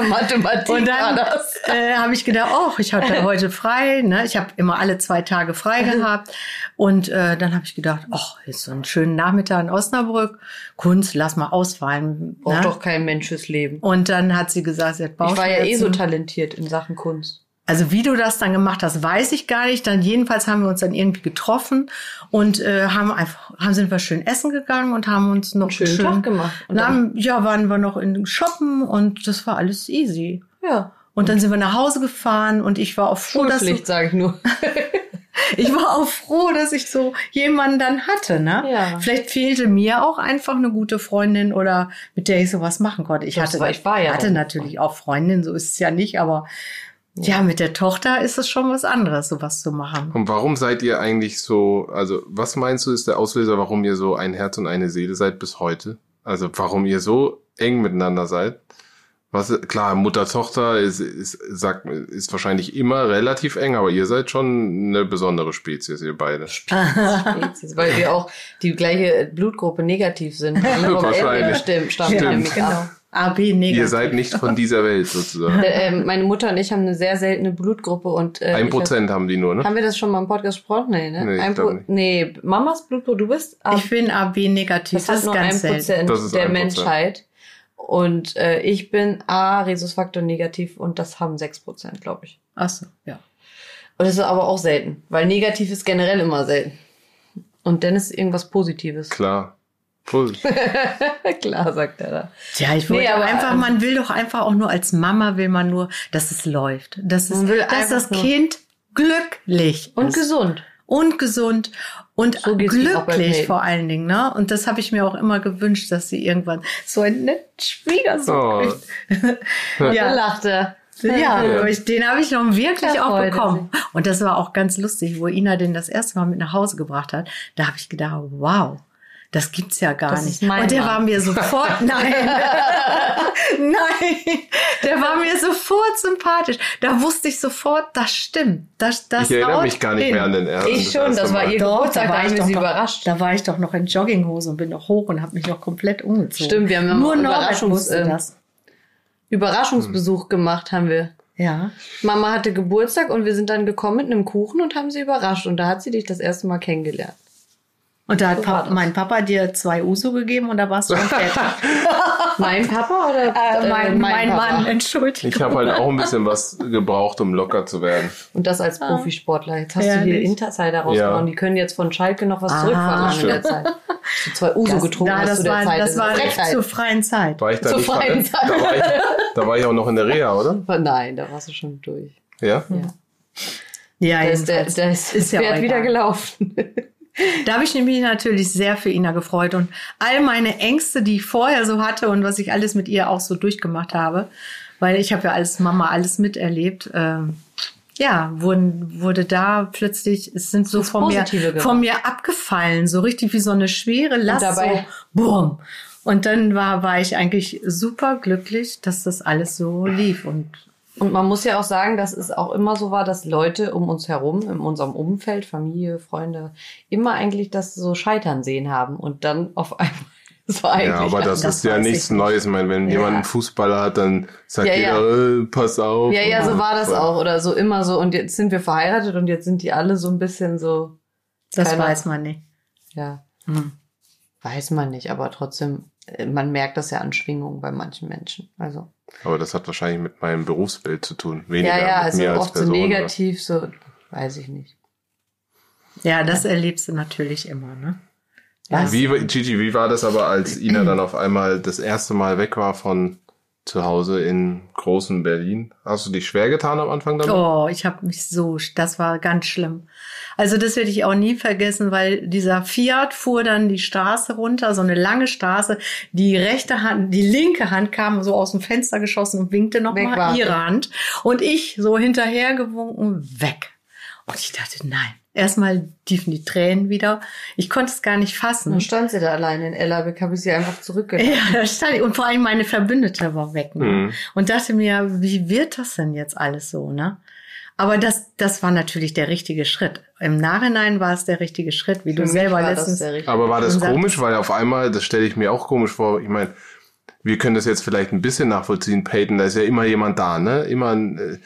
Speaker 1: Mathematik
Speaker 3: Und
Speaker 1: war
Speaker 3: dann
Speaker 1: das.
Speaker 3: äh, habe ich gedacht, oh, ich hatte heute frei. Ne? Ich habe immer alle zwei Tage frei gehabt. Und äh, dann habe ich gedacht, ach, ist so ein schöner Nachmittag in Osnabrück. Kunst, lass mal ausfallen. Ne?
Speaker 1: Braucht doch kein Mensches Leben.
Speaker 3: Und dann hat sie gesagt, sie hat
Speaker 1: Ich war ja eh so
Speaker 3: Bauchschmerzen.
Speaker 1: talentiert in Sachen Kunst.
Speaker 3: Also wie du das dann gemacht hast, weiß ich gar nicht. Dann jedenfalls haben wir uns dann irgendwie getroffen und äh, haben einfach, haben sind wir schön essen gegangen und haben uns noch einen
Speaker 1: schönen Tag gemacht. Und
Speaker 3: Und dann, ja, waren wir noch in Shoppen und das war alles easy.
Speaker 1: Ja.
Speaker 3: Und dann sind wir nach Hause gefahren und ich war auch froh, dass du,
Speaker 1: Schulpflicht, sage ich nur.
Speaker 3: ich war auch froh, dass ich so jemanden dann hatte, ne?
Speaker 1: Ja.
Speaker 3: Vielleicht fehlte mir auch einfach eine gute Freundin oder mit der ich sowas machen konnte. Ich
Speaker 1: Das
Speaker 3: hatte,
Speaker 1: war- ich war ja
Speaker 3: hatte
Speaker 1: auch-
Speaker 3: natürlich auch Freundinnen, so ist es ja nicht, aber ja. mit der Tochter ist es schon was anderes, sowas zu machen.
Speaker 2: Und warum seid ihr eigentlich so, also was meinst du ist der Auslöser, warum ihr so ein Herz und eine Seele seid bis heute? Also warum ihr so eng miteinander seid? Was, klar, Mutter-Tochter ist, ist, sagt, ist wahrscheinlich immer relativ eng, aber ihr seid schon eine besondere Spezies, ihr beide.
Speaker 1: Spezies, weil wir auch die gleiche Blutgruppe negativ sind. Alle vom
Speaker 2: Wahrscheinlich.
Speaker 1: Stimmt, stammt
Speaker 2: Stimmt.
Speaker 1: nämlich ab.
Speaker 3: AB negativ.
Speaker 2: Ihr seid nicht von dieser Welt
Speaker 3: Genau.
Speaker 2: sozusagen.
Speaker 1: Ähm, meine Mutter und ich haben eine sehr seltene Blutgruppe und äh,
Speaker 2: Ein
Speaker 1: ich weiß-
Speaker 2: Prozent haben die nur, ne?
Speaker 1: Haben wir das schon mal im Podcast gesprochen? Nee, ne?
Speaker 2: Nee, ich
Speaker 1: ein
Speaker 2: glaub
Speaker 1: Pro-
Speaker 2: nicht.
Speaker 1: nee, Mamas Blutgruppe, du bist ab,
Speaker 3: ich bin AB
Speaker 1: das
Speaker 3: negativ, das,
Speaker 1: hat
Speaker 3: ist
Speaker 1: nur ein
Speaker 3: ganz selten.
Speaker 1: Prozent
Speaker 2: Das ist
Speaker 1: der
Speaker 2: 1%.
Speaker 1: Menschheit. Und äh, ich bin A, Rhesusfaktor negativ und das haben 6%, glaube ich.
Speaker 3: Ach so, ja.
Speaker 1: Und das ist aber auch selten, weil negativ ist generell immer selten. Und dann ist irgendwas Positives.
Speaker 2: Klar. Pull.
Speaker 1: Klar, sagt er da.
Speaker 3: Ja, ich
Speaker 1: Nee,
Speaker 3: wollte
Speaker 1: aber,
Speaker 3: einfach,
Speaker 1: ähm,
Speaker 3: man will doch einfach auch nur als Mama will man nur, dass es läuft. Dass, es,
Speaker 1: Man will
Speaker 3: dass
Speaker 1: einfach
Speaker 3: das
Speaker 1: nur-
Speaker 3: Kind glücklich
Speaker 1: Und
Speaker 3: ist.
Speaker 1: gesund.
Speaker 3: und gesund und
Speaker 1: So geht's mir auch bei
Speaker 3: glücklich
Speaker 1: Peyton.
Speaker 3: vor allen Dingen. Ne? Und das habe ich mir auch immer gewünscht, dass sie irgendwann so einen netten Schwiegersohn
Speaker 2: Oh.
Speaker 3: kriegt.
Speaker 1: Da
Speaker 3: ja,
Speaker 1: lacht er.
Speaker 3: ja, aber ich- den habe ich noch wirklich
Speaker 1: Da
Speaker 3: auch
Speaker 1: freut er
Speaker 3: bekommen. Und das war auch ganz lustig, wo Ina den das erste Mal mit nach Hause gebracht hat. Da habe ich gedacht, wow. Das gibt's ja gar
Speaker 1: Das ist
Speaker 3: nicht.
Speaker 1: mein
Speaker 3: und der
Speaker 1: Mann.
Speaker 3: war mir sofort, nein, nein, der war mir sofort sympathisch. Da wusste ich sofort, das stimmt. Das, das
Speaker 2: Ich erinnere
Speaker 3: haut
Speaker 2: mich gar nicht
Speaker 3: hin.
Speaker 2: mehr an den ersten.
Speaker 1: Ich schon,
Speaker 2: erste
Speaker 1: das war
Speaker 2: Mal.
Speaker 1: ihr Geburtstag, da haben wir sie
Speaker 3: noch,
Speaker 1: überrascht.
Speaker 3: Da war ich doch noch in Jogginghose und bin noch hoch und habe mich noch komplett umgezogen.
Speaker 1: Stimmt, wir haben ja
Speaker 3: nur
Speaker 1: mal
Speaker 3: Norbert
Speaker 1: Überraschungs-
Speaker 3: wusste
Speaker 1: ähm,
Speaker 3: das. Hm.
Speaker 1: Überraschungsbesuch gemacht haben wir.
Speaker 3: Ja.
Speaker 1: Mama hatte Geburtstag und wir sind dann gekommen mit einem Kuchen und haben sie überrascht. Und da hat sie dich das erste Mal kennengelernt.
Speaker 3: Und da hat
Speaker 1: So war
Speaker 3: Papa,
Speaker 1: das.
Speaker 3: mein Papa dir zwei Uso gegeben und da warst du schon fertig.
Speaker 1: Mein Papa oder
Speaker 3: äh, mein, mein
Speaker 1: Papa?
Speaker 3: Mann, entschuldigung.
Speaker 2: Ich habe halt auch ein bisschen was gebraucht, um locker zu werden.
Speaker 1: Und das
Speaker 3: Ah.
Speaker 1: als Profisportler. Jetzt hast du
Speaker 3: Ehrlich?
Speaker 1: die Insider rausgenommen.
Speaker 2: Ja.
Speaker 1: Die können jetzt von Schalke noch was
Speaker 3: Ah,
Speaker 1: zurückverlangen in
Speaker 2: stimmt.
Speaker 1: der Zeit. Dass Du zwei Uso getrunken
Speaker 3: ja,
Speaker 1: hast zu
Speaker 3: das
Speaker 1: der
Speaker 3: war,
Speaker 1: Zeit.
Speaker 3: das
Speaker 1: ist
Speaker 3: war
Speaker 1: eine Frechheit.
Speaker 3: zur freien Zeit.
Speaker 2: War ich da
Speaker 1: Zur
Speaker 2: nicht
Speaker 1: freien
Speaker 2: verletzt? da war, ich, da war ich auch noch in der Reha, oder?
Speaker 1: Aber Nein, da warst du schon durch.
Speaker 2: Ja?
Speaker 1: Ja.
Speaker 3: Ja,
Speaker 1: Da ist der,
Speaker 3: jedenfalls.
Speaker 1: da ist das
Speaker 3: ja auch
Speaker 1: Pferd wieder
Speaker 3: egal.
Speaker 1: gelaufen.
Speaker 3: Da habe ich mich natürlich sehr für Ina gefreut und all meine Ängste, die ich vorher so hatte und was ich alles mit ihr auch so durchgemacht habe, weil ich habe ja als Mama alles miterlebt, ähm, ja, wurden, wurde da plötzlich, es sind so
Speaker 1: Das
Speaker 3: von mir,
Speaker 1: Positive gemacht.
Speaker 3: von mir abgefallen, so richtig wie so eine schwere Last,
Speaker 1: dabei-
Speaker 3: so bumm. Und dann war, war ich eigentlich super glücklich, dass das alles so lief und
Speaker 1: Und man muss ja auch sagen, dass es auch immer so war, dass Leute um uns herum, in unserem Umfeld, Familie, Freunde, immer eigentlich das so scheitern sehen haben. Und dann auf einmal, es war eigentlich.
Speaker 2: Ja, aber das,
Speaker 3: das
Speaker 2: ist ja
Speaker 3: weiß ich
Speaker 2: nichts
Speaker 3: nicht.
Speaker 2: Neues. Ich meine, wenn
Speaker 1: Ja.
Speaker 2: jemand einen Fußballer hat, dann sagt
Speaker 1: Ja, ja.
Speaker 2: jeder, äh, pass auf.
Speaker 1: ja, ja, so
Speaker 2: Und-
Speaker 1: war das auch. Oder so immer so. Und jetzt sind wir verheiratet und jetzt sind die alle so ein bisschen so,
Speaker 3: das
Speaker 1: Keiner-
Speaker 3: weiß man nicht.
Speaker 1: ja,
Speaker 3: Hm.
Speaker 1: weiß man nicht, aber trotzdem äh, man merkt das ja an Schwingungen bei manchen Menschen. Also
Speaker 2: Aber das hat wahrscheinlich mit meinem Berufsbild zu tun. Weniger
Speaker 1: ja, ja,
Speaker 2: mit
Speaker 1: also
Speaker 2: mir als
Speaker 1: oft
Speaker 2: Person.
Speaker 1: so
Speaker 2: oder?
Speaker 1: negativ, so weiß ich nicht.
Speaker 3: Ja, das erlebst du natürlich immer, ne?
Speaker 1: Was?
Speaker 2: Wie, war- Gigi, wie war das aber, als Ina dann auf einmal das erste Mal weg war von zu Hause in großen Berlin? Hast du dich schwer getan am Anfang damit?
Speaker 3: Oh, ich habe mich so, das war ganz schlimm. Also das werde ich auch nie vergessen, weil dieser Fiat fuhr dann die Straße runter, so eine lange Straße. Die rechte Hand, die linke Hand kam so aus dem Fenster geschossen und winkte
Speaker 1: Weg war
Speaker 3: nochmal
Speaker 1: sie.
Speaker 3: ihre Hand. Und ich so hinterhergewunken, weg. Und ich dachte, nein. Erstmal tiefen die Tränen wieder. Ich konnte es gar nicht fassen.
Speaker 1: Dann stand sie da alleine in Ellerbeck, habe ich sie einfach zurückgenommen.
Speaker 3: Ja, da stand ich. Und vor allem meine Verbündete war weg. Ne?
Speaker 2: Mhm.
Speaker 3: Und dachte mir, wie wird das denn jetzt alles so, ne? Aber das, das war natürlich der richtige Schritt. Im Nachhinein war es der richtige Schritt, wie du selber letztens.
Speaker 2: Aber war das
Speaker 3: Schon sagt-
Speaker 2: komisch? Weil auf einmal, das stelle ich mir auch komisch vor. Ich meine, wir können das jetzt vielleicht ein bisschen nachvollziehen. Peyton, da ist ja immer jemand da, ne? Immer ein, äh,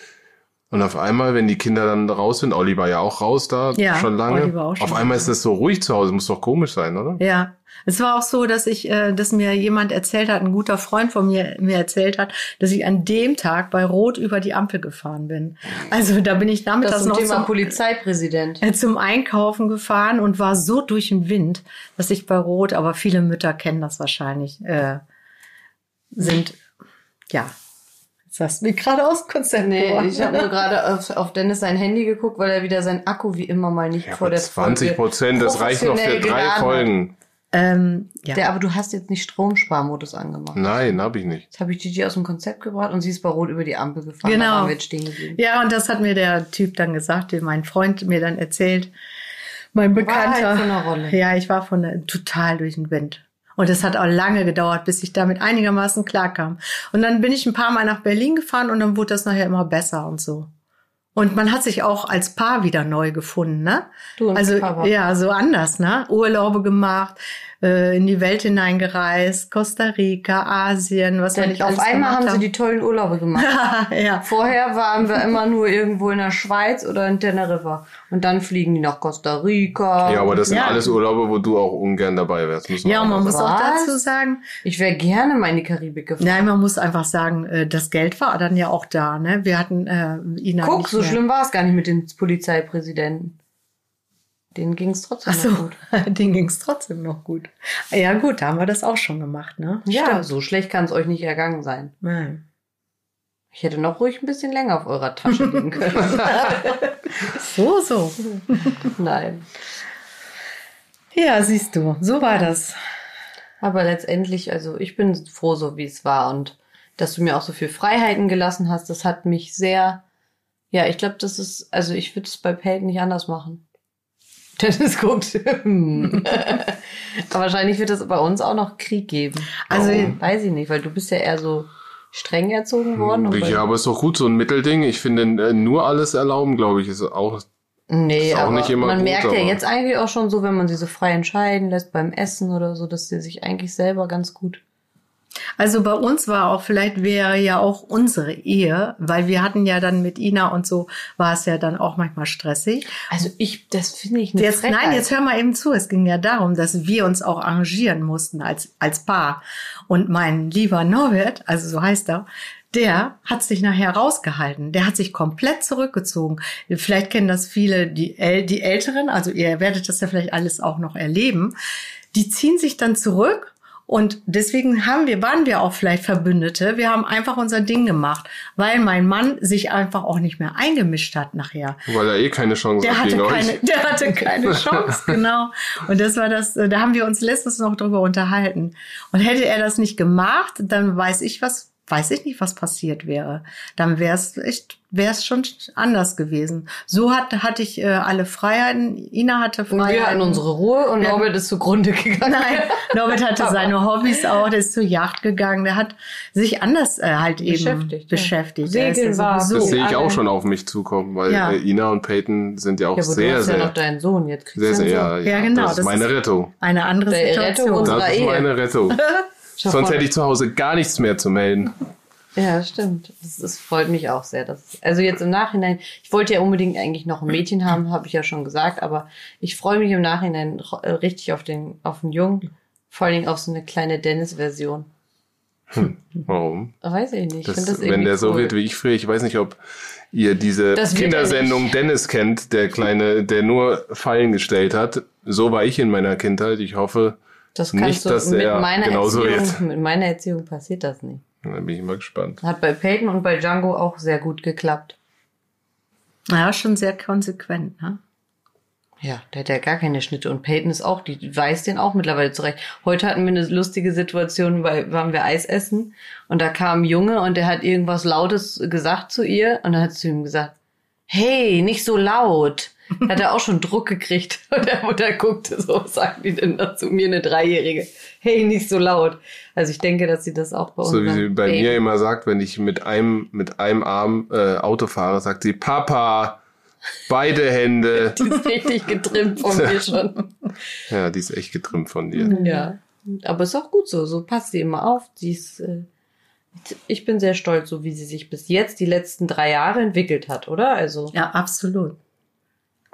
Speaker 2: und auf einmal, wenn die Kinder dann raus sind, Olli war ja auch raus da,
Speaker 3: Ja,
Speaker 2: schon lange.
Speaker 3: Olli war auch schon
Speaker 2: auf einmal
Speaker 3: lange.
Speaker 2: ist das so ruhig zu Hause, muss doch komisch sein, oder?
Speaker 3: ja. Es war auch so, dass ich, äh, dass mir jemand erzählt hat, ein guter Freund von mir mir erzählt hat, dass ich an dem Tag bei Rot über die Ampel gefahren bin. Also da bin ich damit
Speaker 1: Das
Speaker 3: das
Speaker 1: zum
Speaker 3: noch
Speaker 1: Thema
Speaker 3: zum,
Speaker 1: Polizeipräsident.
Speaker 3: äh, zum Einkaufen gefahren und war so durch den Wind, dass ich bei Rot, aber viele Mütter kennen das wahrscheinlich, äh, sind, ja. Jetzt hast du mich gerade aus dem Konzept
Speaker 1: Nee,
Speaker 3: gebracht.
Speaker 1: ich habe nur gerade auf, auf Dennis sein Handy geguckt, weil er wieder seinen Akku wie immer mal nicht
Speaker 2: Ja,
Speaker 1: vor
Speaker 2: aber
Speaker 1: der
Speaker 2: 20
Speaker 1: Folge
Speaker 2: Prozent, das reicht noch für
Speaker 1: professionell
Speaker 2: drei
Speaker 1: geladen hat.
Speaker 2: Folgen.
Speaker 3: Ähm, ja.
Speaker 1: Der, aber du hast jetzt nicht Stromsparmodus angemacht.
Speaker 2: Nein, habe ich nicht.
Speaker 1: Jetzt habe ich Gigi aus dem Konzept gebracht und sie ist bei Rot über die Ampel gefahren.
Speaker 3: Genau.
Speaker 1: Da waren wir jetzt stehen geblieben.
Speaker 3: ja, und das hat mir der Typ dann gesagt, den mein Freund mir dann erzählt. Mein Bekannter.
Speaker 1: halt von der Rolle.
Speaker 3: Ja, ich war von der, total durch den Wind. Und es hat auch lange gedauert, bis ich damit einigermaßen klarkam. Und dann bin ich ein paar Mal nach Berlin gefahren und dann wurde das nachher immer besser und so. Und man hat sich auch als Paar wieder neu gefunden, ne?
Speaker 1: Du und
Speaker 3: also
Speaker 1: Papa.
Speaker 3: ja, so anders, ne? Urlaube gemacht, äh, in die Welt hineingereist, Costa Rica, Asien, was man
Speaker 1: Denn
Speaker 3: nicht
Speaker 1: auf
Speaker 3: alles
Speaker 1: einmal haben
Speaker 3: gemacht
Speaker 1: sie die tollen Urlaube gemacht.
Speaker 3: haben. ja.
Speaker 1: Vorher waren wir immer nur irgendwo in der Schweiz oder in Teneriffa. Und dann fliegen die nach Costa Rica.
Speaker 2: Ja, aber das sind
Speaker 3: Ja.
Speaker 2: alles Urlaube, wo du auch ungern dabei wärst. Muss man
Speaker 3: ja,
Speaker 2: auch
Speaker 3: und man
Speaker 2: mal
Speaker 3: muss auch
Speaker 1: Was?
Speaker 3: dazu sagen,
Speaker 1: ich wäre gerne mal in die Karibik gefahren.
Speaker 3: nein, man muss einfach sagen, äh, das Geld war dann ja auch da, ne? Wir hatten äh, ihn dann
Speaker 1: Guck,
Speaker 3: nicht
Speaker 1: so
Speaker 3: mehr.
Speaker 1: schlimm war es gar nicht mit dem Polizeipräsidenten. Denen ging es trotzdem
Speaker 3: Ach
Speaker 1: noch
Speaker 3: so,
Speaker 1: gut.
Speaker 3: denen ging es trotzdem noch gut. Ja gut, da haben wir das auch schon gemacht, ne?
Speaker 1: Ja,
Speaker 3: Stimmt.
Speaker 1: so schlecht kann es euch nicht ergangen sein.
Speaker 3: Nein.
Speaker 1: Ich hätte noch ruhig ein bisschen länger auf eurer Tasche liegen können.
Speaker 3: So, so.
Speaker 1: Nein.
Speaker 3: Ja, siehst du, so war das.
Speaker 1: Aber letztendlich, also ich bin froh, so wie es war und dass du mir auch so viel Freiheiten gelassen hast, das hat mich sehr, ja, ich glaube, das ist, also ich würde es bei Peyton nicht anders machen. Dennis guckt. hm. Aber wahrscheinlich wird es bei uns auch noch Krieg geben.
Speaker 3: Also-
Speaker 1: Warum? weiß ich nicht, weil du bist ja eher so streng erzogen worden. und bei-
Speaker 2: Ja, aber ist doch gut, so ein Mittelding. Ich finde, äh, nur alles erlauben, glaube ich, ist auch
Speaker 1: Nee,
Speaker 2: Ist auch
Speaker 1: aber
Speaker 2: nicht immer
Speaker 1: man
Speaker 2: gut,
Speaker 1: merkt ja
Speaker 2: aber-
Speaker 1: jetzt eigentlich auch schon so, wenn man sie so frei entscheiden lässt beim Essen oder so, dass sie sich eigentlich selber ganz gut.
Speaker 3: Also bei uns war auch, vielleicht wäre ja auch unsere Ehe, weil wir hatten ja dann mit Ina und so, war es ja dann auch manchmal stressig.
Speaker 1: Also ich, das finde ich eine
Speaker 3: Jetzt,
Speaker 1: Frechheit.
Speaker 3: nein, jetzt hör mal eben zu. Es ging ja darum, dass wir uns auch arrangieren mussten als, als Paar. Und mein lieber Norbert, also so heißt er, der hat sich nachher rausgehalten. Der hat sich komplett zurückgezogen. Vielleicht kennen das viele, die, Äl die Älteren, also ihr werdet das ja vielleicht alles auch noch erleben. Die ziehen sich dann zurück und deswegen haben wir, waren wir auch vielleicht Verbündete. Wir haben einfach unser Ding gemacht, weil mein Mann sich einfach auch nicht mehr eingemischt hat nachher.
Speaker 2: Weil er eh keine Chance
Speaker 3: Der
Speaker 2: hat
Speaker 3: hatte,
Speaker 2: gegen
Speaker 3: keine,
Speaker 2: euch.
Speaker 3: der hatte keine Chance, genau. Und das war das, äh, da haben wir uns letztens noch drüber unterhalten. Und hätte er das nicht gemacht, dann weiß ich was, weiß ich nicht, was passiert wäre. Dann wäre es echt, wäre es schon anders gewesen. So hat, hatte ich äh, alle Freiheiten. Ina hatte
Speaker 1: Und
Speaker 3: Freiheiten.
Speaker 1: wir hatten unsere Ruhe und
Speaker 3: Ja.
Speaker 1: Norbert ist zugrunde gegangen.
Speaker 3: Nein, Norbert hatte
Speaker 1: Aber-
Speaker 3: seine Hobbys auch, der ist zur Jagd gegangen, der hat sich anders äh, halt eben
Speaker 1: Beschäftigt, ja.
Speaker 3: beschäftigt. beschäftigt. Der ist
Speaker 1: Segeln war-
Speaker 3: sowieso-
Speaker 2: Das
Speaker 1: So,
Speaker 2: sehe ich auch
Speaker 1: alle-
Speaker 2: schon auf mich zukommen, weil
Speaker 3: Ja.
Speaker 2: äh, Ina und Peyton sind ja auch
Speaker 1: Ja, aber du
Speaker 2: sehr,
Speaker 1: hast
Speaker 2: sehr,
Speaker 1: ja noch deinen Sohn, jetzt kriegst
Speaker 2: sehr,
Speaker 1: du
Speaker 2: sehr,
Speaker 1: einen Sohn.
Speaker 2: ja, ja,
Speaker 3: Ja, genau,
Speaker 2: Das ist
Speaker 3: das
Speaker 2: meine
Speaker 3: ist-
Speaker 2: Rettung.
Speaker 3: Eine andere
Speaker 1: Der Rettung
Speaker 3: Situation.
Speaker 1: unserer-
Speaker 2: Das
Speaker 1: Unsere
Speaker 2: ist
Speaker 1: Ehe.
Speaker 2: meine Rettung.
Speaker 1: Schau
Speaker 2: Sonst
Speaker 1: mal.
Speaker 2: hätte ich zu Hause gar nichts mehr zu melden.
Speaker 1: Ja, stimmt. Das, das freut mich auch sehr. Dass, also jetzt im Nachhinein, ich wollte ja unbedingt eigentlich noch ein Mädchen haben, habe ich ja schon gesagt, aber ich freue mich im Nachhinein ro- äh, richtig auf den, auf den Jungen. Vor allen Dingen auf so eine kleine Dennis-Version.
Speaker 2: Warum?
Speaker 1: Weiß ich nicht. Ich
Speaker 2: Das,
Speaker 1: find das
Speaker 2: wenn
Speaker 1: irgendwie
Speaker 2: der so
Speaker 1: cool.
Speaker 2: wird wie ich früher, ich weiß nicht, ob ihr diese
Speaker 1: Das wird er
Speaker 2: Kindersendung Dennis kennt, der kleine, der nur Fallen gestellt hat. So war ich in meiner Kindheit. Ich hoffe,
Speaker 1: Das
Speaker 2: nicht,
Speaker 1: kannst du
Speaker 2: dass
Speaker 1: mit
Speaker 2: er
Speaker 1: meiner
Speaker 2: genauso
Speaker 1: Erziehung,
Speaker 2: wird.
Speaker 1: mit meiner Erziehung passiert das nicht.
Speaker 2: da bin ich mal gespannt.
Speaker 1: Hat bei Peyton und bei Django auch sehr gut geklappt.
Speaker 3: Ja, schon sehr konsequent, ne?
Speaker 1: Ja, der hat ja gar keine Schnitte. Und Peyton ist auch, die weiß den auch mittlerweile zurecht. Heute hatten wir eine lustige Situation, weil waren wir Eis essen und da kam ein Junge und der hat irgendwas Lautes gesagt zu ihr und dann hat sie zu ihm gesagt, hey, nicht so laut. Da Hat er auch schon Druck gekriegt. Und der Mutter guckte so, was sagt die denn da zu mir, eine Dreijährige? Hey, nicht so laut. Also ich denke, dass sie das auch bei uns
Speaker 2: So wie sie bei mir immer sagt, wenn ich mit einem, mit einem Arm äh, Auto fahre, sagt sie, Papa, beide Hände.
Speaker 1: Die ist richtig getrimmt von mir schon.
Speaker 2: Ja, die ist echt getrimmt von dir.
Speaker 1: Ja. Mhm. Aber ist auch gut so. So passt sie immer auf. Sie ist, äh, ich bin sehr stolz, so wie sie sich bis jetzt die letzten drei Jahre entwickelt hat, oder? Also,
Speaker 3: Ja, absolut.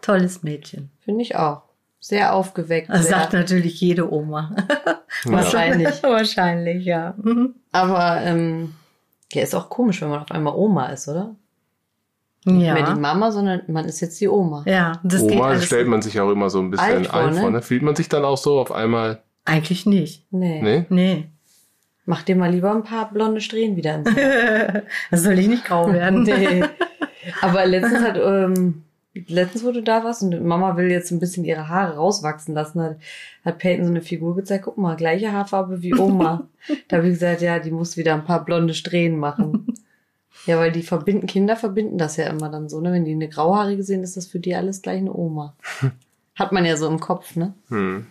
Speaker 3: Tolles Mädchen.
Speaker 1: finde ich auch. Sehr aufgeweckt.
Speaker 3: Das
Speaker 1: sehr,
Speaker 3: sagt natürlich jede Oma.
Speaker 2: Ja.
Speaker 1: wahrscheinlich.
Speaker 3: Wahrscheinlich, ja. Mhm.
Speaker 1: Aber ähm, ja, ist auch komisch, wenn man auf einmal Oma ist, oder? Nicht mehr die
Speaker 3: Ja.
Speaker 1: Mama, sondern man ist jetzt die Oma.
Speaker 3: Ja, das geht
Speaker 2: Oma
Speaker 3: alles.
Speaker 2: stellt man sich auch immer so ein bisschen
Speaker 1: Alt
Speaker 2: alt
Speaker 1: vor, ne?
Speaker 2: vor, ne? Fühlt man sich dann auch so auf einmal,
Speaker 3: Eigentlich nicht.
Speaker 1: Nee.
Speaker 2: ne?
Speaker 3: Nee.
Speaker 1: Mach dir mal lieber ein paar blonde Strähnen wieder ins
Speaker 3: Das soll ich nicht grau werden.
Speaker 1: Nee. Aber letztens hat, ähm, letztens, wo du da warst und Mama will jetzt ein bisschen ihre Haare rauswachsen lassen, hat, hat Peyton so eine Figur gezeigt, guck mal, gleiche Haarfarbe wie Oma. da habe ich gesagt, ja, die muss wieder ein paar blonde Strähnen machen. Ja, weil die verbinden, Kinder verbinden das ja immer dann so, ne? Wenn die eine grauhaarige sehen, ist das für die alles gleich eine Oma. Hat man ja so im Kopf, ne?
Speaker 2: Hm.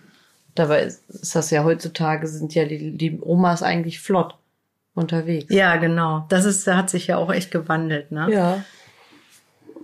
Speaker 1: Dabei ist, ist das ja heutzutage, sind ja die, die Omas eigentlich flott unterwegs.
Speaker 3: Ja, genau. Das ist, hat sich ja auch echt gewandelt. Ne?
Speaker 1: Ja.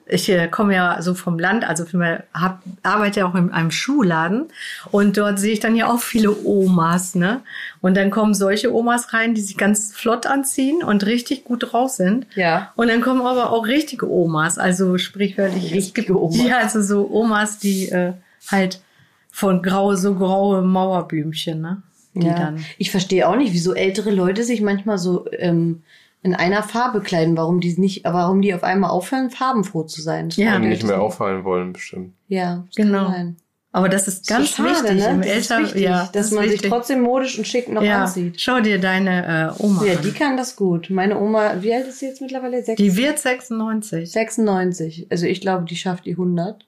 Speaker 3: Ich äh, komme ja so vom Land, also vielmehr hab, arbeite ja auch in einem Schuhladen und dort sehe ich dann ja auch viele Omas. Ne? Und dann kommen solche Omas rein, die sich ganz flott anziehen und richtig gut drauf sind.
Speaker 1: Ja.
Speaker 3: Und dann kommen aber auch richtige Omas, also sprichwörtlich es
Speaker 1: Richtige
Speaker 3: gibt-
Speaker 1: Omas.
Speaker 3: Ja, also so Omas, die äh, halt von grau, so graue Mauerblümchen, ne? Die
Speaker 1: ja.
Speaker 3: dann.
Speaker 1: Ich verstehe auch nicht, wieso ältere Leute sich manchmal so ähm, in einer Farbe kleiden, warum die nicht, warum die auf einmal aufhören, farbenfroh zu sein. Das
Speaker 3: Ja.
Speaker 1: kann
Speaker 2: Und nicht
Speaker 1: ich
Speaker 2: mehr auffallen wollen, bestimmt.
Speaker 1: Ja, das
Speaker 3: Genau.
Speaker 1: kann sein.
Speaker 3: Aber das ist
Speaker 1: Das
Speaker 3: ganz
Speaker 1: ist so schade,
Speaker 3: wichtig
Speaker 1: ne?
Speaker 3: im
Speaker 1: Das ist
Speaker 3: Eltern,
Speaker 1: wichtig,
Speaker 3: ja, das
Speaker 1: dass
Speaker 3: ist
Speaker 1: man sich
Speaker 3: wichtig.
Speaker 1: trotzdem modisch und schick noch
Speaker 3: ja,
Speaker 1: anzieht.
Speaker 3: Schau dir deine äh, Oma
Speaker 1: Ja,
Speaker 3: an.
Speaker 1: die kann das gut. Meine Oma, wie alt ist sie jetzt mittlerweile? Sechs-
Speaker 3: Die wird 96.
Speaker 1: 96. Also ich glaube, die schafft die 100.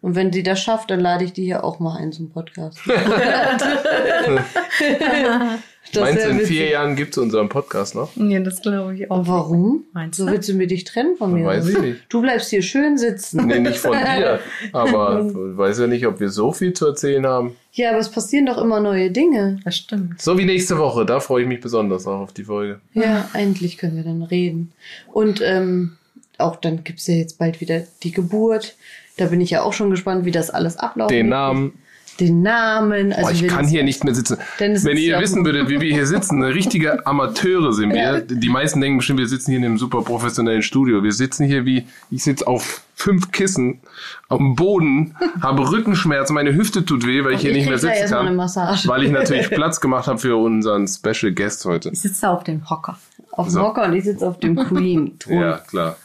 Speaker 1: Und wenn sie das schafft, dann lade ich die hier auch mal ein zum Podcast. Das
Speaker 2: Meinst
Speaker 1: wär
Speaker 2: du, in vier
Speaker 1: witzig.
Speaker 2: Jahren gibt's unseren Podcast noch?
Speaker 3: Nee, das glaube ich auch.
Speaker 1: Und Oh, warum?
Speaker 3: Meinst
Speaker 1: so
Speaker 3: du?
Speaker 1: willst du mir dich trennen von mir?
Speaker 2: Weiß ich nicht.
Speaker 1: Du bleibst hier schön sitzen.
Speaker 2: Nee, nicht von dir. Aber ich weiß ja nicht, ob wir so viel zu erzählen haben.
Speaker 1: Ja, aber es passieren doch immer neue Dinge.
Speaker 3: Das stimmt.
Speaker 2: So wie nächste Woche, da freue ich mich besonders auch auf die Folge.
Speaker 1: Ja,
Speaker 3: Ah.
Speaker 1: endlich können wir dann reden. Und ähm, auch dann gibt's ja jetzt bald wieder die Geburt. Da bin ich ja auch schon gespannt, wie das alles ablaufen
Speaker 2: Den
Speaker 1: wird.
Speaker 2: Namen.
Speaker 1: Den Namen. Also
Speaker 2: Boah, ich
Speaker 1: wir-
Speaker 2: kann hier nicht mehr sitzen.
Speaker 1: Dennis
Speaker 2: Wenn
Speaker 1: ist
Speaker 2: ihr
Speaker 1: ja-
Speaker 2: wissen würdet, wie wir hier sitzen, richtige Amateure sind wir. Die meisten denken bestimmt, wir sitzen hier in einem super professionellen Studio. Wir sitzen hier wie, ich sitze auf fünf Kissen auf dem Boden, habe Rückenschmerzen, meine Hüfte tut weh, weil ich hier
Speaker 1: Also ich
Speaker 2: nicht mehr
Speaker 1: krieg gleich
Speaker 2: sitzen
Speaker 1: erstmal eine
Speaker 2: kann.
Speaker 1: Massage.
Speaker 2: Weil ich natürlich Platz gemacht habe für unseren Special Guest heute.
Speaker 3: Ich sitze auf dem Hocker.
Speaker 1: Auf dem
Speaker 2: So.
Speaker 1: Hocker und ich sitze auf dem Queen-Thron.
Speaker 2: Ja, klar.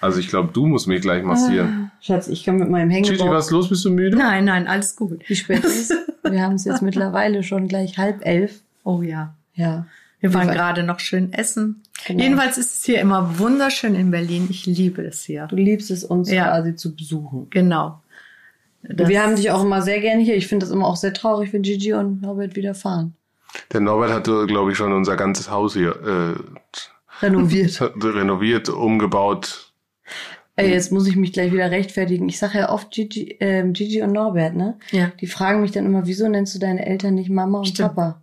Speaker 2: Also ich glaube, du musst mich gleich massieren.
Speaker 1: Schatz, ich kann mit meinem
Speaker 2: Gigi,
Speaker 1: Hängebauch.
Speaker 2: was ist los? Bist du müde?
Speaker 3: Nein, nein, alles gut.
Speaker 1: Wie spät ist es? Wir haben es jetzt mittlerweile schon gleich halb elf.
Speaker 3: Oh ja.
Speaker 1: Ja.
Speaker 3: Wir waren
Speaker 1: waren-
Speaker 3: gerade noch schön essen.
Speaker 1: Genau.
Speaker 3: Jedenfalls ist es hier immer wunderschön in Berlin. Ich liebe es hier.
Speaker 1: Du liebst es, uns
Speaker 3: Ja.
Speaker 1: quasi zu besuchen.
Speaker 3: Genau. Das-
Speaker 1: wir haben dich auch immer sehr gerne hier. Ich finde das immer auch sehr traurig, wenn Gigi und Norbert wieder fahren.
Speaker 2: Der Norbert hat, glaube ich, schon unser ganzes Haus hier
Speaker 1: Renoviert.
Speaker 2: äh, renoviert, umgebaut.
Speaker 1: Ey, jetzt muss ich mich gleich wieder rechtfertigen. Ich sage ja oft Gigi, ähm, Gigi und Norbert, ne?
Speaker 3: Ja.
Speaker 1: Die fragen mich dann immer, wieso nennst du deine Eltern nicht Mama und
Speaker 3: Stimmt.
Speaker 1: Papa?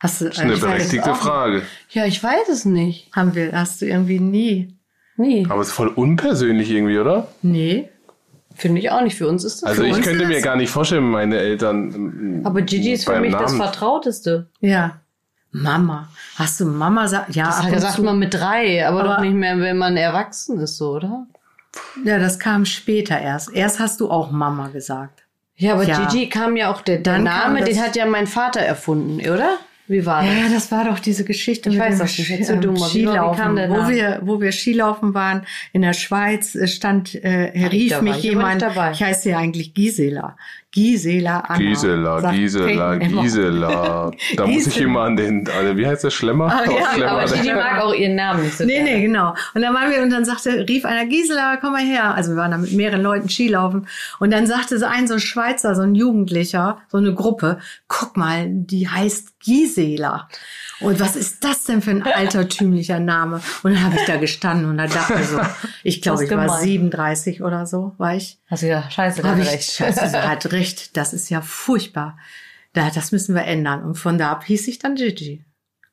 Speaker 3: Hast du,
Speaker 2: Äh, Das oh. ist eine
Speaker 3: ich weiß
Speaker 2: berechtigte
Speaker 3: auch.
Speaker 2: Frage.
Speaker 1: Ja, ich weiß es nicht.
Speaker 3: Haben wir, hast du irgendwie nie?
Speaker 1: Nee,
Speaker 2: Aber es ist voll unpersönlich irgendwie, oder?
Speaker 3: Nee.
Speaker 1: finde ich auch nicht. Für uns ist das
Speaker 2: Also
Speaker 1: so.
Speaker 2: ich
Speaker 3: uns
Speaker 2: könnte
Speaker 3: ist
Speaker 2: mir
Speaker 3: es-
Speaker 2: gar nicht vorstellen, meine Eltern. ähm,
Speaker 1: Aber Gigi ist für
Speaker 2: beim
Speaker 1: mich das
Speaker 2: Namen-
Speaker 1: Vertrauteste.
Speaker 3: Ja. Mama. Hast du Mama sa- Ja,
Speaker 1: Das
Speaker 3: ab und
Speaker 1: sagt
Speaker 3: zu.
Speaker 1: man mit drei, aber, doch
Speaker 3: Aber-
Speaker 1: nicht mehr, wenn man erwachsen ist, so, oder?
Speaker 3: Ja, das kam später erst. Erst hast du auch Mama gesagt.
Speaker 1: Ja, aber
Speaker 3: Ja.
Speaker 1: Gigi kam ja auch der, der
Speaker 3: Dann kam
Speaker 1: Name,
Speaker 3: das-
Speaker 1: den hat ja mein Vater erfunden, oder? Wie war
Speaker 3: Ja,
Speaker 1: das?
Speaker 3: ja, das war doch diese Geschichte
Speaker 1: Ich
Speaker 3: mit
Speaker 1: weiß
Speaker 3: dem
Speaker 1: das nicht,
Speaker 3: Ski-
Speaker 1: jetzt so
Speaker 3: ähm,
Speaker 1: dumm, aber wie- wie kam
Speaker 3: Skilaufen,
Speaker 1: der
Speaker 3: wo
Speaker 1: Name?
Speaker 3: wir, wo wir Skilaufen waren in der Schweiz, äh, stand, äh, rief
Speaker 1: da war
Speaker 3: mich
Speaker 1: ich aber nicht
Speaker 3: jemand.
Speaker 1: dabei.
Speaker 3: Ich heiße ja eigentlich Gisela. Gisela Anna.
Speaker 2: Gisela,
Speaker 3: sagt
Speaker 2: Gisela,
Speaker 3: Peng immer.
Speaker 2: Gisela. Da muss ich
Speaker 3: Gisela.
Speaker 2: immer an den, an den wie heißt der Schlemmer?
Speaker 3: Ah, ja,
Speaker 2: Auf Schlemmer,
Speaker 1: aber
Speaker 2: ne?
Speaker 1: Gigi mag auch ihren Namen nicht so
Speaker 3: Nee,
Speaker 1: gerne.
Speaker 3: nee, genau. Und dann waren wir und dann sagte, rief einer Gisela, komm mal her. Also wir waren da mit mehreren Leuten Skilaufen. Und dann sagte so ein so ein Schweizer, so ein Jugendlicher, so eine Gruppe, guck mal, die heißt Gisela. Und was ist das denn für ein altertümlicher Name? Und dann habe ich da gestanden und da dachte ich so, ich
Speaker 1: Das
Speaker 3: glaube,
Speaker 1: ist
Speaker 3: ich war
Speaker 1: gemein.
Speaker 3: 37 oder so, war ich.
Speaker 1: Hast du gedacht, scheiße, da
Speaker 3: Hab
Speaker 1: hat
Speaker 3: ich,
Speaker 1: er recht.
Speaker 3: scheiße, sie hat recht. Das ist ja furchtbar. Da, das müssen wir ändern. Und von da ab hieß ich dann Gigi.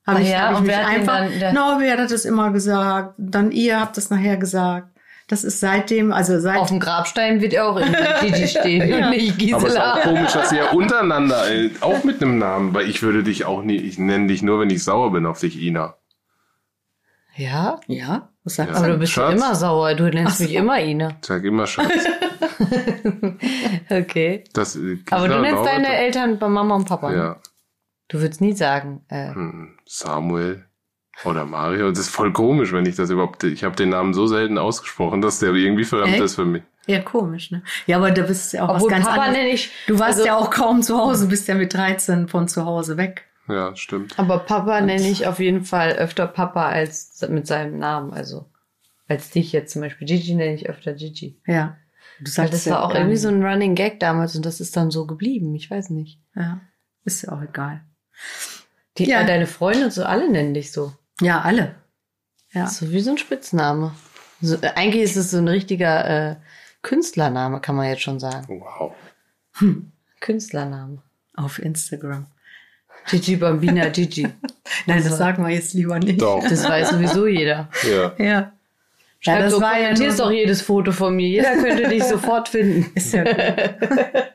Speaker 3: Hab
Speaker 1: Ah
Speaker 3: ich,
Speaker 1: ja,
Speaker 3: hab ich
Speaker 1: und
Speaker 3: mich
Speaker 1: wer hat denn
Speaker 3: einfach,
Speaker 1: dann- der-
Speaker 3: no, wer hat das immer gesagt? Dann ihr habt das nachher gesagt. Das ist seitdem, also seit,
Speaker 1: Auf dem Grabstein wird ja auch irgendwann Gigi stehen und nicht
Speaker 2: Aber es ist auch
Speaker 1: Gisela.
Speaker 2: komisch, dass sie ja untereinander äh, auch mit einem Namen, weil ich würde dich auch nie, ich nenne dich nur, wenn ich sauer bin auf dich, Ina.
Speaker 1: Ja?
Speaker 3: ja, was sagt
Speaker 2: Ja.
Speaker 1: Aber
Speaker 3: man?
Speaker 1: du bist
Speaker 2: Schatz?
Speaker 1: immer sauer. Du nennst
Speaker 3: Ach so.
Speaker 1: mich immer Ina.
Speaker 2: Sag immer Schatz.
Speaker 1: Okay.
Speaker 2: Das, äh, Gisela,
Speaker 1: Aber du nennst
Speaker 2: Laura,
Speaker 1: deine Eltern bei Mama und Papa. ne?
Speaker 2: Ja.
Speaker 1: Du würdest nie sagen, äh,
Speaker 2: Hm, Samuel oder Mario. Das ist voll komisch, wenn ich das überhaupt. Ich habe den Namen so selten ausgesprochen, dass der irgendwie verdammt
Speaker 3: Echt?
Speaker 2: ist für mich.
Speaker 3: Ja, komisch, ne? Ja, aber da bist du ja auch
Speaker 1: obwohl
Speaker 3: was ganz
Speaker 1: Papa
Speaker 3: anderes.
Speaker 1: nenne ich.
Speaker 3: Du warst
Speaker 1: also-
Speaker 3: ja auch kaum zu Hause, bist ja mit 13 von zu Hause weg.
Speaker 2: Ja, stimmt.
Speaker 1: Aber Papa nenne ich auf jeden Fall öfter Papa als mit seinem Namen. Also als dich jetzt zum Beispiel. Gigi nenne ich öfter Gigi.
Speaker 3: Ja. Du
Speaker 1: Weil
Speaker 3: sagst
Speaker 1: das
Speaker 3: ja ähm,
Speaker 1: war auch
Speaker 3: gar
Speaker 1: irgendwie
Speaker 3: nicht.
Speaker 1: so ein Running Gag damals und das ist dann so geblieben. Ich weiß nicht.
Speaker 3: Ja. Ist ja auch egal.
Speaker 1: Die,
Speaker 3: Ja.
Speaker 1: äh, Deine Freunde und so, alle nennen dich so.
Speaker 3: Ja, alle. Ja.
Speaker 1: Das ist so wie so ein Spitzname. So, äh, eigentlich ist es so ein richtiger äh, Künstlername, kann man jetzt schon sagen.
Speaker 2: Wow.
Speaker 1: Künstlername.
Speaker 3: Auf Instagram.
Speaker 1: Gigi Bambina Gigi.
Speaker 3: Nein, das
Speaker 1: Also-
Speaker 3: sagen wir jetzt lieber nicht.
Speaker 2: Doch.
Speaker 1: Das weiß sowieso jeder.
Speaker 2: Ja.
Speaker 3: Ja.
Speaker 1: Schreib
Speaker 3: das
Speaker 1: doch,
Speaker 3: war ja
Speaker 1: kommentierst
Speaker 3: nur-
Speaker 1: doch jedes Foto von mir. Jeder könnte dich sofort finden.
Speaker 3: Ist ja gut.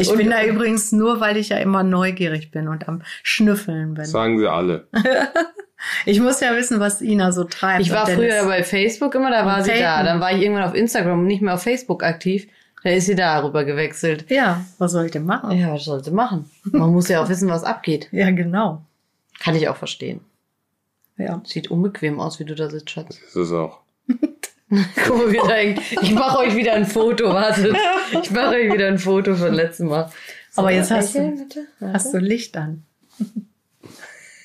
Speaker 3: ich bin da übrigens nur, weil ich ja immer neugierig bin und am Schnüffeln bin.
Speaker 2: Sagen sie alle.
Speaker 3: Ich muss ja wissen, was Ina so treibt.
Speaker 1: Ich war
Speaker 3: Und
Speaker 1: früher
Speaker 3: Dennis-
Speaker 1: bei Facebook immer, da war
Speaker 3: Und
Speaker 1: sie da.
Speaker 3: Peyton.
Speaker 1: Dann war ich irgendwann auf Instagram und nicht mehr auf Facebook aktiv. Da ist sie darüber gewechselt.
Speaker 3: Ja, was soll ich denn machen?
Speaker 1: Ja, was soll sie machen? Man muss ja auch wissen, was abgeht.
Speaker 3: Ja, genau.
Speaker 1: Kann ich auch verstehen.
Speaker 3: Ja.
Speaker 1: Sieht unbequem aus, wie du da sitzt, Schatz.
Speaker 2: Das ist auch.
Speaker 1: Guck mal, wie er denkt. Ich mache euch wieder ein Foto, wartet. Ich mache euch wieder ein Foto von letztem Mal.
Speaker 3: Aber jetzt hast
Speaker 1: lächeln,
Speaker 3: du-
Speaker 1: bitte.
Speaker 3: Hast du Licht an?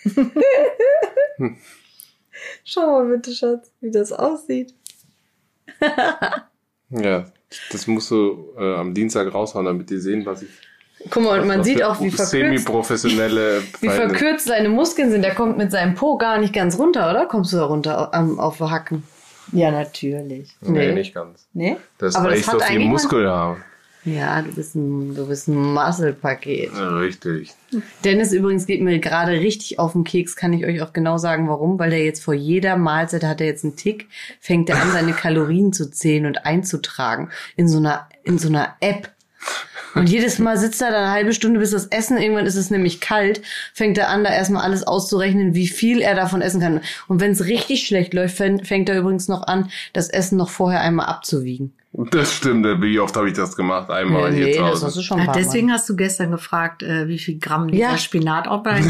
Speaker 1: Schau mal bitte, Schatz, wie das aussieht.
Speaker 2: Ja. Das musst du äh, am Dienstag raushauen, damit die sehen, was ich.
Speaker 1: Guck mal, und man
Speaker 2: was
Speaker 1: sieht
Speaker 2: für
Speaker 1: auch, wie verkürzt,
Speaker 2: Semi-professionelle.
Speaker 1: wie
Speaker 2: Feinde-
Speaker 1: verkürzt seine Muskeln sind. Der kommt mit seinem Po gar nicht ganz runter, oder? Kommst du da runter am, auf die Hacken?
Speaker 3: Ja, natürlich. Äh,
Speaker 2: Nee,
Speaker 1: Nee.
Speaker 2: nicht ganz.
Speaker 3: Nee?
Speaker 2: Das
Speaker 1: Aber
Speaker 2: weil
Speaker 1: das
Speaker 2: ich
Speaker 1: hat
Speaker 2: so viel
Speaker 1: eigentlich
Speaker 2: Muskel habe.
Speaker 1: Ja, du bist ein, du bist ein Muscle-Paket.
Speaker 2: Ja, richtig.
Speaker 1: Dennis übrigens geht mir gerade richtig auf den Keks, kann ich euch auch genau sagen, warum. Weil der jetzt vor jeder Mahlzeit hat er jetzt einen Tick, fängt er an, seine Kalorien zu zählen und einzutragen in so einer, in so einer App. Und jedes Mal sitzt er da eine halbe Stunde, bis das Essen, irgendwann ist es nämlich kalt, fängt er an, da erstmal alles auszurechnen, wie viel er davon essen kann. Und wenn es richtig schlecht läuft, fäng- fängt er übrigens noch an, das Essen noch vorher einmal abzuwiegen.
Speaker 2: Das stimmt. äh, Wie oft habe ich das gemacht?
Speaker 3: Oh,
Speaker 2: Einmal hier
Speaker 1: nee,
Speaker 2: zu
Speaker 1: das
Speaker 2: Hause.
Speaker 1: hast du schon ein
Speaker 3: Ah,
Speaker 1: paar Mal.
Speaker 3: deswegen hast du gestern gefragt, äh, wie viel Gramm dieser
Speaker 1: Ja.
Speaker 3: Spinat auch bei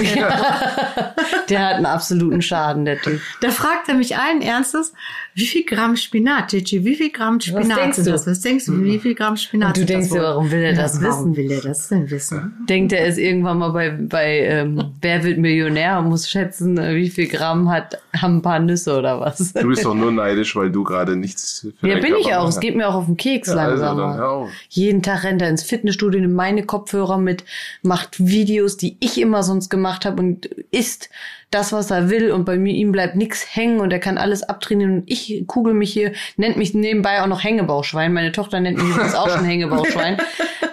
Speaker 1: Der hat einen absoluten Schaden, der Typ.
Speaker 3: Da fragt er mich allen Ernstes, wie viel Gramm Spinat, Gigi, wie viel Gramm Spinat
Speaker 1: denkst
Speaker 3: sind
Speaker 1: du? Mhm.
Speaker 3: das? Was denkst du, wie viel Gramm Spinat
Speaker 1: Und du
Speaker 3: sind
Speaker 1: denkst
Speaker 3: das
Speaker 1: dir,
Speaker 3: wohl?
Speaker 1: warum will er
Speaker 3: Ja,
Speaker 1: das wissen?
Speaker 3: Warum will er das denn wissen?
Speaker 1: denkt, er ist irgendwann mal bei, bei ähm, Wer wird Millionär und muss schätzen, äh, wie viel Gramm hat, haben ein paar Nüsse oder was.
Speaker 2: Du bist doch nur neidisch, weil du gerade nichts für
Speaker 1: Ja,
Speaker 2: deinen
Speaker 1: bin ich
Speaker 2: Körper
Speaker 1: auch.
Speaker 2: machst.
Speaker 1: Es geht mir auch auf den Keks
Speaker 2: Ja, also,
Speaker 1: langsam.
Speaker 2: dann hör auf.
Speaker 1: Jeden Tag rennt er ins Fitnessstudio, nimmt meine Kopfhörer mit, macht Videos, die ich immer sonst gemacht habe und isst das, was er will. Und bei mir, ihm bleibt nichts hängen und er kann alles abtrainieren. Und ich kugel mich hier, nennt mich nebenbei auch noch Hängebauchschwein. Meine Tochter nennt mich übrigens auch schon Hängebauchschwein.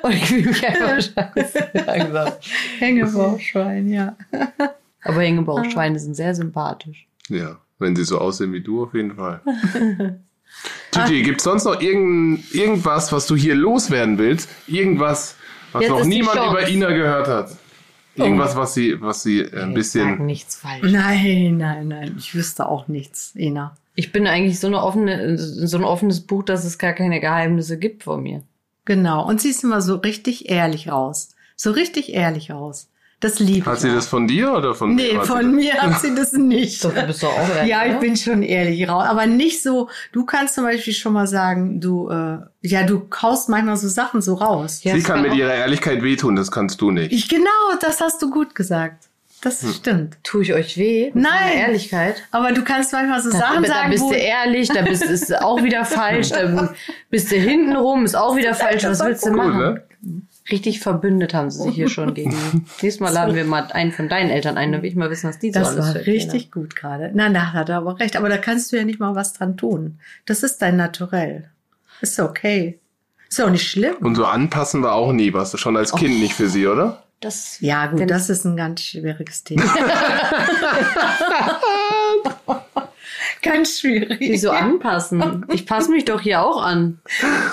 Speaker 1: Und ich fühle mich einfach scheiße langsam.
Speaker 3: Hängebauchschwein, ja.
Speaker 1: Aber
Speaker 3: Ah.
Speaker 1: Hängebauchschweine sind sehr sympathisch.
Speaker 2: Ja, wenn sie so aussehen wie du, auf jeden Fall. Gigi, gibt's sonst noch irgend, irgendwas, was du hier loswerden willst? Irgendwas, was
Speaker 1: Jetzt
Speaker 2: noch
Speaker 1: ist die
Speaker 2: niemand
Speaker 1: Chance.
Speaker 2: über Ina gehört hat? Irgendwas, was sie, was sie äh, ein bisschen.
Speaker 1: nichts falsch.
Speaker 3: Nein, nein, nein, ich wüsste auch nichts, Ina.
Speaker 1: Ich bin eigentlich so, eine offene, so ein offenes Buch, dass es gar keine Geheimnisse gibt von mir.
Speaker 3: Genau. Und sie ist immer so richtig ehrlich raus. So richtig ehrlich raus. Das liebe ich.
Speaker 2: Hat sie
Speaker 3: auch.
Speaker 2: das von dir oder von
Speaker 3: Nee,
Speaker 2: hat sie
Speaker 3: von mir hat sie das nicht.
Speaker 1: Doch, du bist doch auch ehrlich,
Speaker 3: Ja, ich
Speaker 1: oder?
Speaker 3: bin schon ehrlich raus. Aber nicht so, du kannst zum Beispiel schon mal sagen, du, äh, ja, du kaust manchmal so Sachen so raus.
Speaker 1: Ja,
Speaker 2: Das?
Speaker 1: das
Speaker 2: Sie kann mit
Speaker 1: auch-
Speaker 2: ihrer Ehrlichkeit wehtun, das kannst du nicht.
Speaker 3: Ich, genau, das hast du gut gesagt. Das
Speaker 1: Hm.
Speaker 3: stimmt.
Speaker 1: Tue ich euch weh? Mit
Speaker 3: Nein.
Speaker 1: meiner Ehrlichkeit.
Speaker 3: Aber du kannst manchmal so Sachen
Speaker 1: da
Speaker 3: sagen,
Speaker 1: bist
Speaker 3: wo,
Speaker 1: du ehrlich, da bist, ist auch wieder falsch, da bist du hinten rum, ist auch wieder falsch. Was willst du
Speaker 2: Cool,
Speaker 1: machen?
Speaker 2: ne?
Speaker 1: Richtig verbündet haben sie sich hier schon gegen. Nächstes Mal laden wir mal einen von deinen Eltern ein, dann will ich mal wissen, was die so
Speaker 3: das
Speaker 1: alles ne?
Speaker 3: war
Speaker 1: für Ideen
Speaker 3: richtig gut gerade. Na, da hat er aber recht. Aber da kannst du ja nicht mal was dran tun. Das ist dein Naturell. Ist okay. Ist auch nicht schlimm.
Speaker 2: Und so anpassen war auch nie was. Schon als Kind nicht für sie, oder?
Speaker 1: haben. Das
Speaker 3: Ja, gut,
Speaker 1: Wenn-
Speaker 3: das ist ein ganz schwieriges Thema. ganz schwierig.
Speaker 1: Wieso anpassen? Ich passe mich doch hier auch an.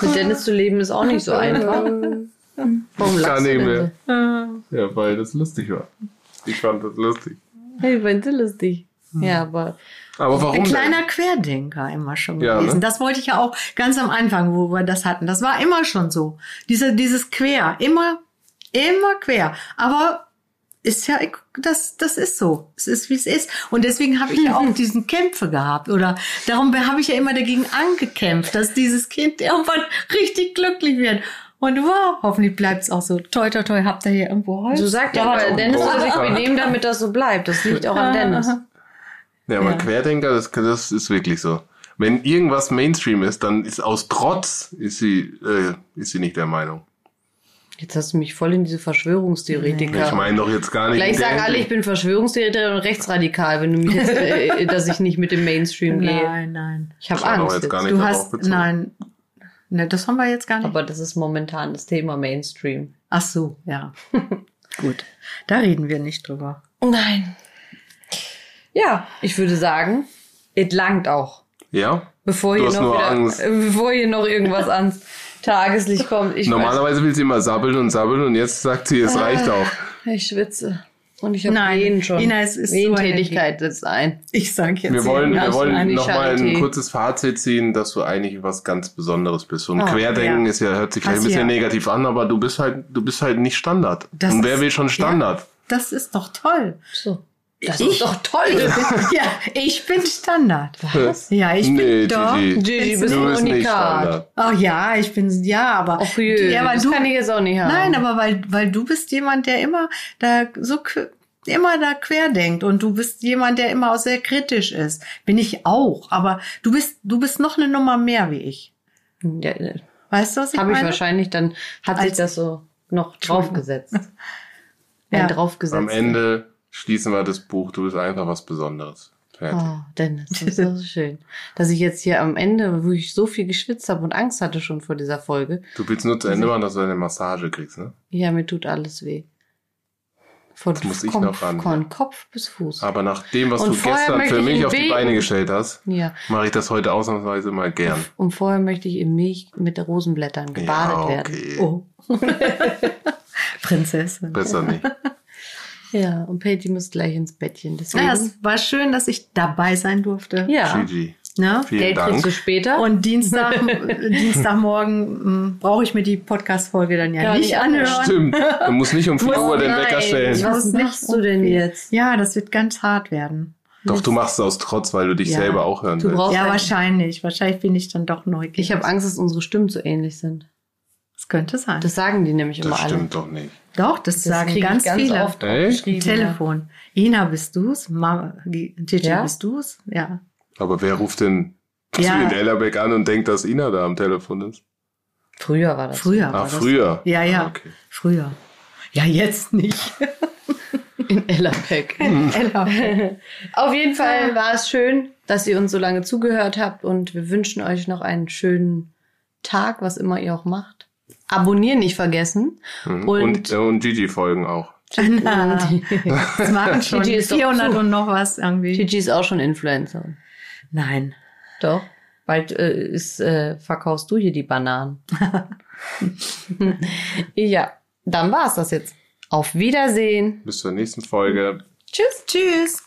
Speaker 1: Mit Dennis zu leben ist auch nicht so einfach. Warum
Speaker 2: Ich kann
Speaker 1: lachst du
Speaker 2: nicht mehr.
Speaker 1: denn
Speaker 3: Ah.
Speaker 2: Ja, weil das lustig war. Ich fand das lustig.
Speaker 1: so? Hey, wenn du lustig. Ja, aber
Speaker 2: Aber warum?
Speaker 3: Ein kleiner
Speaker 2: denn?
Speaker 3: Querdenker immer schon
Speaker 2: Ja,
Speaker 3: gewesen.
Speaker 2: ne?
Speaker 3: Das wollte ich ja auch ganz am Anfang, wo wir das hatten. Das war immer schon so. Diese, dieses Quer, immer, immer quer. Aber ist ja, das, das ist so. Es ist, wie es ist. Und deswegen habe ich ja auch diesen Kämpfe gehabt. Oder darum habe ich ja immer dagegen angekämpft, dass dieses Kind irgendwann richtig glücklich wird. Und wow, hoffentlich bleibt es auch so. Toi, toi, toi, habt ihr hier irgendwo Holz?
Speaker 1: so sagt ja,
Speaker 2: Ja,
Speaker 1: aber
Speaker 2: doch.
Speaker 1: Dennis soll sich
Speaker 2: Ja.
Speaker 1: benehmen, damit das so bleibt. Das liegt auch an Dennis.
Speaker 2: Ja, aber
Speaker 3: Ja.
Speaker 2: Querdenker, das, das ist wirklich so. Wenn irgendwas Mainstream ist, dann ist aus Trotz ist sie, äh, ist sie nicht der Meinung.
Speaker 1: Jetzt hast du mich voll in diese Verschwörungstheoretiker.
Speaker 2: Ich meine doch jetzt gar nicht.
Speaker 1: Gleich
Speaker 2: in der
Speaker 1: sagen alle, ich
Speaker 2: Hinsicht.
Speaker 1: bin Verschwörungstheoretiker und rechtsradikal, wenn du mir jetzt, äh, dass ich nicht mit dem Mainstream gehe.
Speaker 3: Nein, nein.
Speaker 1: Ich habe
Speaker 2: Das war doch
Speaker 1: Angst.
Speaker 2: jetzt
Speaker 1: jetzt.
Speaker 2: gar nicht-
Speaker 3: Du
Speaker 2: darauf
Speaker 3: hast,
Speaker 2: bezogen.
Speaker 3: nein, ne, das haben wir jetzt gar nicht.
Speaker 1: Aber das ist momentan das Thema Mainstream.
Speaker 3: Ach so, ja. Gut, da reden wir nicht drüber.
Speaker 1: Nein. Ja, ich würde sagen, it langt auch.
Speaker 2: Ja?
Speaker 1: Bevor
Speaker 2: Du
Speaker 1: hier
Speaker 2: hast
Speaker 1: noch
Speaker 2: nur
Speaker 1: wieder,
Speaker 2: Angst.
Speaker 1: äh, bevor hier noch irgendwas ans Tageslicht kommt. Ich, weiß,
Speaker 2: Normalerweise will sie immer sabbeln und sabbeln und jetzt sagt sie, es
Speaker 3: Ah.
Speaker 2: reicht auch.
Speaker 1: ich schwitze. Und ich habe
Speaker 3: Nein,
Speaker 1: Wehen schon.
Speaker 3: Ina, es ist so eine-
Speaker 1: Wehentätigkeit setzt ein.
Speaker 3: Ich sage jetzt.
Speaker 2: Wir wollen,
Speaker 1: ja,
Speaker 2: wir wollen
Speaker 1: eine
Speaker 2: nochmal ein
Speaker 1: Charité.
Speaker 2: kurzes Fazit ziehen, dass du eigentlich was ganz Besonderes bist. Und
Speaker 3: Oh,
Speaker 2: Querdenken
Speaker 3: ja.
Speaker 2: ist ja, hört sich vielleicht ein
Speaker 3: Hast
Speaker 2: bisschen
Speaker 3: ja.
Speaker 2: negativ an, aber du bist halt, du bist halt nicht Standard.
Speaker 3: Das
Speaker 2: und wer
Speaker 3: ist-
Speaker 2: will schon
Speaker 3: ja.
Speaker 2: Standard?
Speaker 3: Das ist doch toll.
Speaker 1: So. Das
Speaker 3: Ich-
Speaker 1: ist doch toll.
Speaker 3: ja, ich bin Standard.
Speaker 2: Was?
Speaker 3: Ja, ich
Speaker 2: Nee,
Speaker 3: bin doch.
Speaker 2: Gigi.
Speaker 1: Gigi,
Speaker 3: du
Speaker 1: bist
Speaker 2: Du
Speaker 1: ein
Speaker 2: bist nicht
Speaker 1: Unikat.
Speaker 2: Standard.
Speaker 3: Ach ja, ich bin ja, aber
Speaker 1: Och jö,
Speaker 3: ja, aber
Speaker 1: das
Speaker 3: du.
Speaker 1: kann ich jetzt auch nicht haben.
Speaker 3: Nein, aber weil weil du bist jemand, der immer da so qu- immer da querdenkt und du bist jemand, der immer auch sehr kritisch ist. Bin ich auch, aber du bist du bist noch eine Nummer mehr wie ich.
Speaker 1: Ja, äh,
Speaker 3: Weißt du, was ich
Speaker 1: Habe ich
Speaker 3: meine?
Speaker 1: wahrscheinlich, dann hat sich
Speaker 3: Als-
Speaker 1: das so noch draufgesetzt.
Speaker 3: Ja.
Speaker 1: Ein draufgesetzt.
Speaker 2: Am Ende schließen wir das Buch. Du bist einfach was Besonderes. Fertig.
Speaker 1: Oh, Dennis, das ist so schön. Dass ich jetzt hier am Ende, wo ich so viel geschwitzt habe und Angst hatte schon vor dieser Folge,
Speaker 2: Du willst nur zu
Speaker 1: Mhm.
Speaker 2: Ende machen, dass du eine Massage kriegst, ne?
Speaker 1: ja, mir tut alles weh. Von,
Speaker 2: Jetzt muss ich
Speaker 1: vom-
Speaker 2: noch ran.
Speaker 1: Von Kopf bis Fuß.
Speaker 2: Aber nach dem, was
Speaker 1: Und
Speaker 2: du
Speaker 1: vorher
Speaker 2: gestern
Speaker 1: möchte
Speaker 2: für
Speaker 1: ich
Speaker 2: mich
Speaker 1: ihn
Speaker 2: auf die
Speaker 1: beten.
Speaker 2: Beine gestellt hast,
Speaker 1: Ja.
Speaker 2: mache ich das heute ausnahmsweise mal gern.
Speaker 1: Und vorher möchte ich in Milch mit Rosenblättern gebadet werden.
Speaker 3: Oh. Prinzessin.
Speaker 2: Besser nicht.
Speaker 1: Ja, und Patty muss gleich ins Bettchen. Deswegen.
Speaker 3: Ja, es war schön, dass ich dabei sein durfte.
Speaker 1: ja.
Speaker 2: Gigi,
Speaker 3: Ne?
Speaker 2: vielen
Speaker 1: Geld kriegst du
Speaker 2: Dank.
Speaker 1: später.
Speaker 3: Und Dienstag, Dienstagmorgen mh, brauche ich mir die Podcast-Folge dann ja,
Speaker 1: Ja,
Speaker 3: nicht
Speaker 1: nicht
Speaker 3: anhören.
Speaker 2: Stimmt. Du musst nicht um 4
Speaker 3: Muss-
Speaker 2: Uhr den
Speaker 1: Nein.
Speaker 2: Wecker stellen.
Speaker 1: Was
Speaker 3: muss
Speaker 1: machst
Speaker 3: noch-
Speaker 1: du denn jetzt?
Speaker 3: Ja, das wird ganz hart werden.
Speaker 2: Doch, du machst es aus Trotz, weil du dich
Speaker 3: Ja.
Speaker 2: selber auch hören
Speaker 1: Du
Speaker 2: willst.
Speaker 1: brauchst
Speaker 3: Ja,
Speaker 1: ein-
Speaker 3: wahrscheinlich. Wahrscheinlich bin ich dann doch neugierig.
Speaker 1: Ich habe Angst, dass unsere Stimmen so ähnlich sind.
Speaker 3: Das könnte sein.
Speaker 1: Das sagen die nämlich immer
Speaker 2: Das
Speaker 1: alle.
Speaker 2: stimmt doch nicht.
Speaker 3: doch, das,
Speaker 1: krieg
Speaker 3: sagen
Speaker 1: ich
Speaker 3: ganz, viele.
Speaker 1: oft
Speaker 2: Echt?
Speaker 1: aufgeschrieben,
Speaker 3: Telefon. Ina, bist du's? Mama, die, Gigi,
Speaker 1: Ja?
Speaker 3: bist du's? Ja.
Speaker 2: Aber wer ruft denn
Speaker 3: Ja.
Speaker 2: in Ellerbeck an und denkt, dass Ina da am Telefon ist?
Speaker 1: Ja. Früher war das.
Speaker 3: Früher. war
Speaker 2: ah,
Speaker 3: das.
Speaker 2: früher.
Speaker 3: Ja, ja.
Speaker 2: Ah, okay.
Speaker 3: Früher. Ja, jetzt nicht.
Speaker 1: In Ellerbeck.
Speaker 2: Hm.
Speaker 3: Ella.
Speaker 1: Auf jeden Fall war es schön, dass ihr uns so lange zugehört habt und wir wünschen euch noch einen schönen Tag, was immer ihr auch macht. Abonnieren nicht vergessen.
Speaker 2: Mhm.
Speaker 1: Und-
Speaker 2: Und, äh, und Gigi folgen auch.
Speaker 3: Na,
Speaker 1: Ah.
Speaker 3: das machen schon
Speaker 1: Gigi ist doch
Speaker 3: 400
Speaker 1: zu.
Speaker 3: und noch was irgendwie.
Speaker 1: Gigi ist auch schon Influencerin.
Speaker 3: Nein.
Speaker 1: Doch. Bald äh, ist, äh, verkaufst du hier die Bananen. ja, dann war's das jetzt. Auf Wiedersehen.
Speaker 2: Bis zur nächsten Folge.
Speaker 1: Tschüss. Tschüss.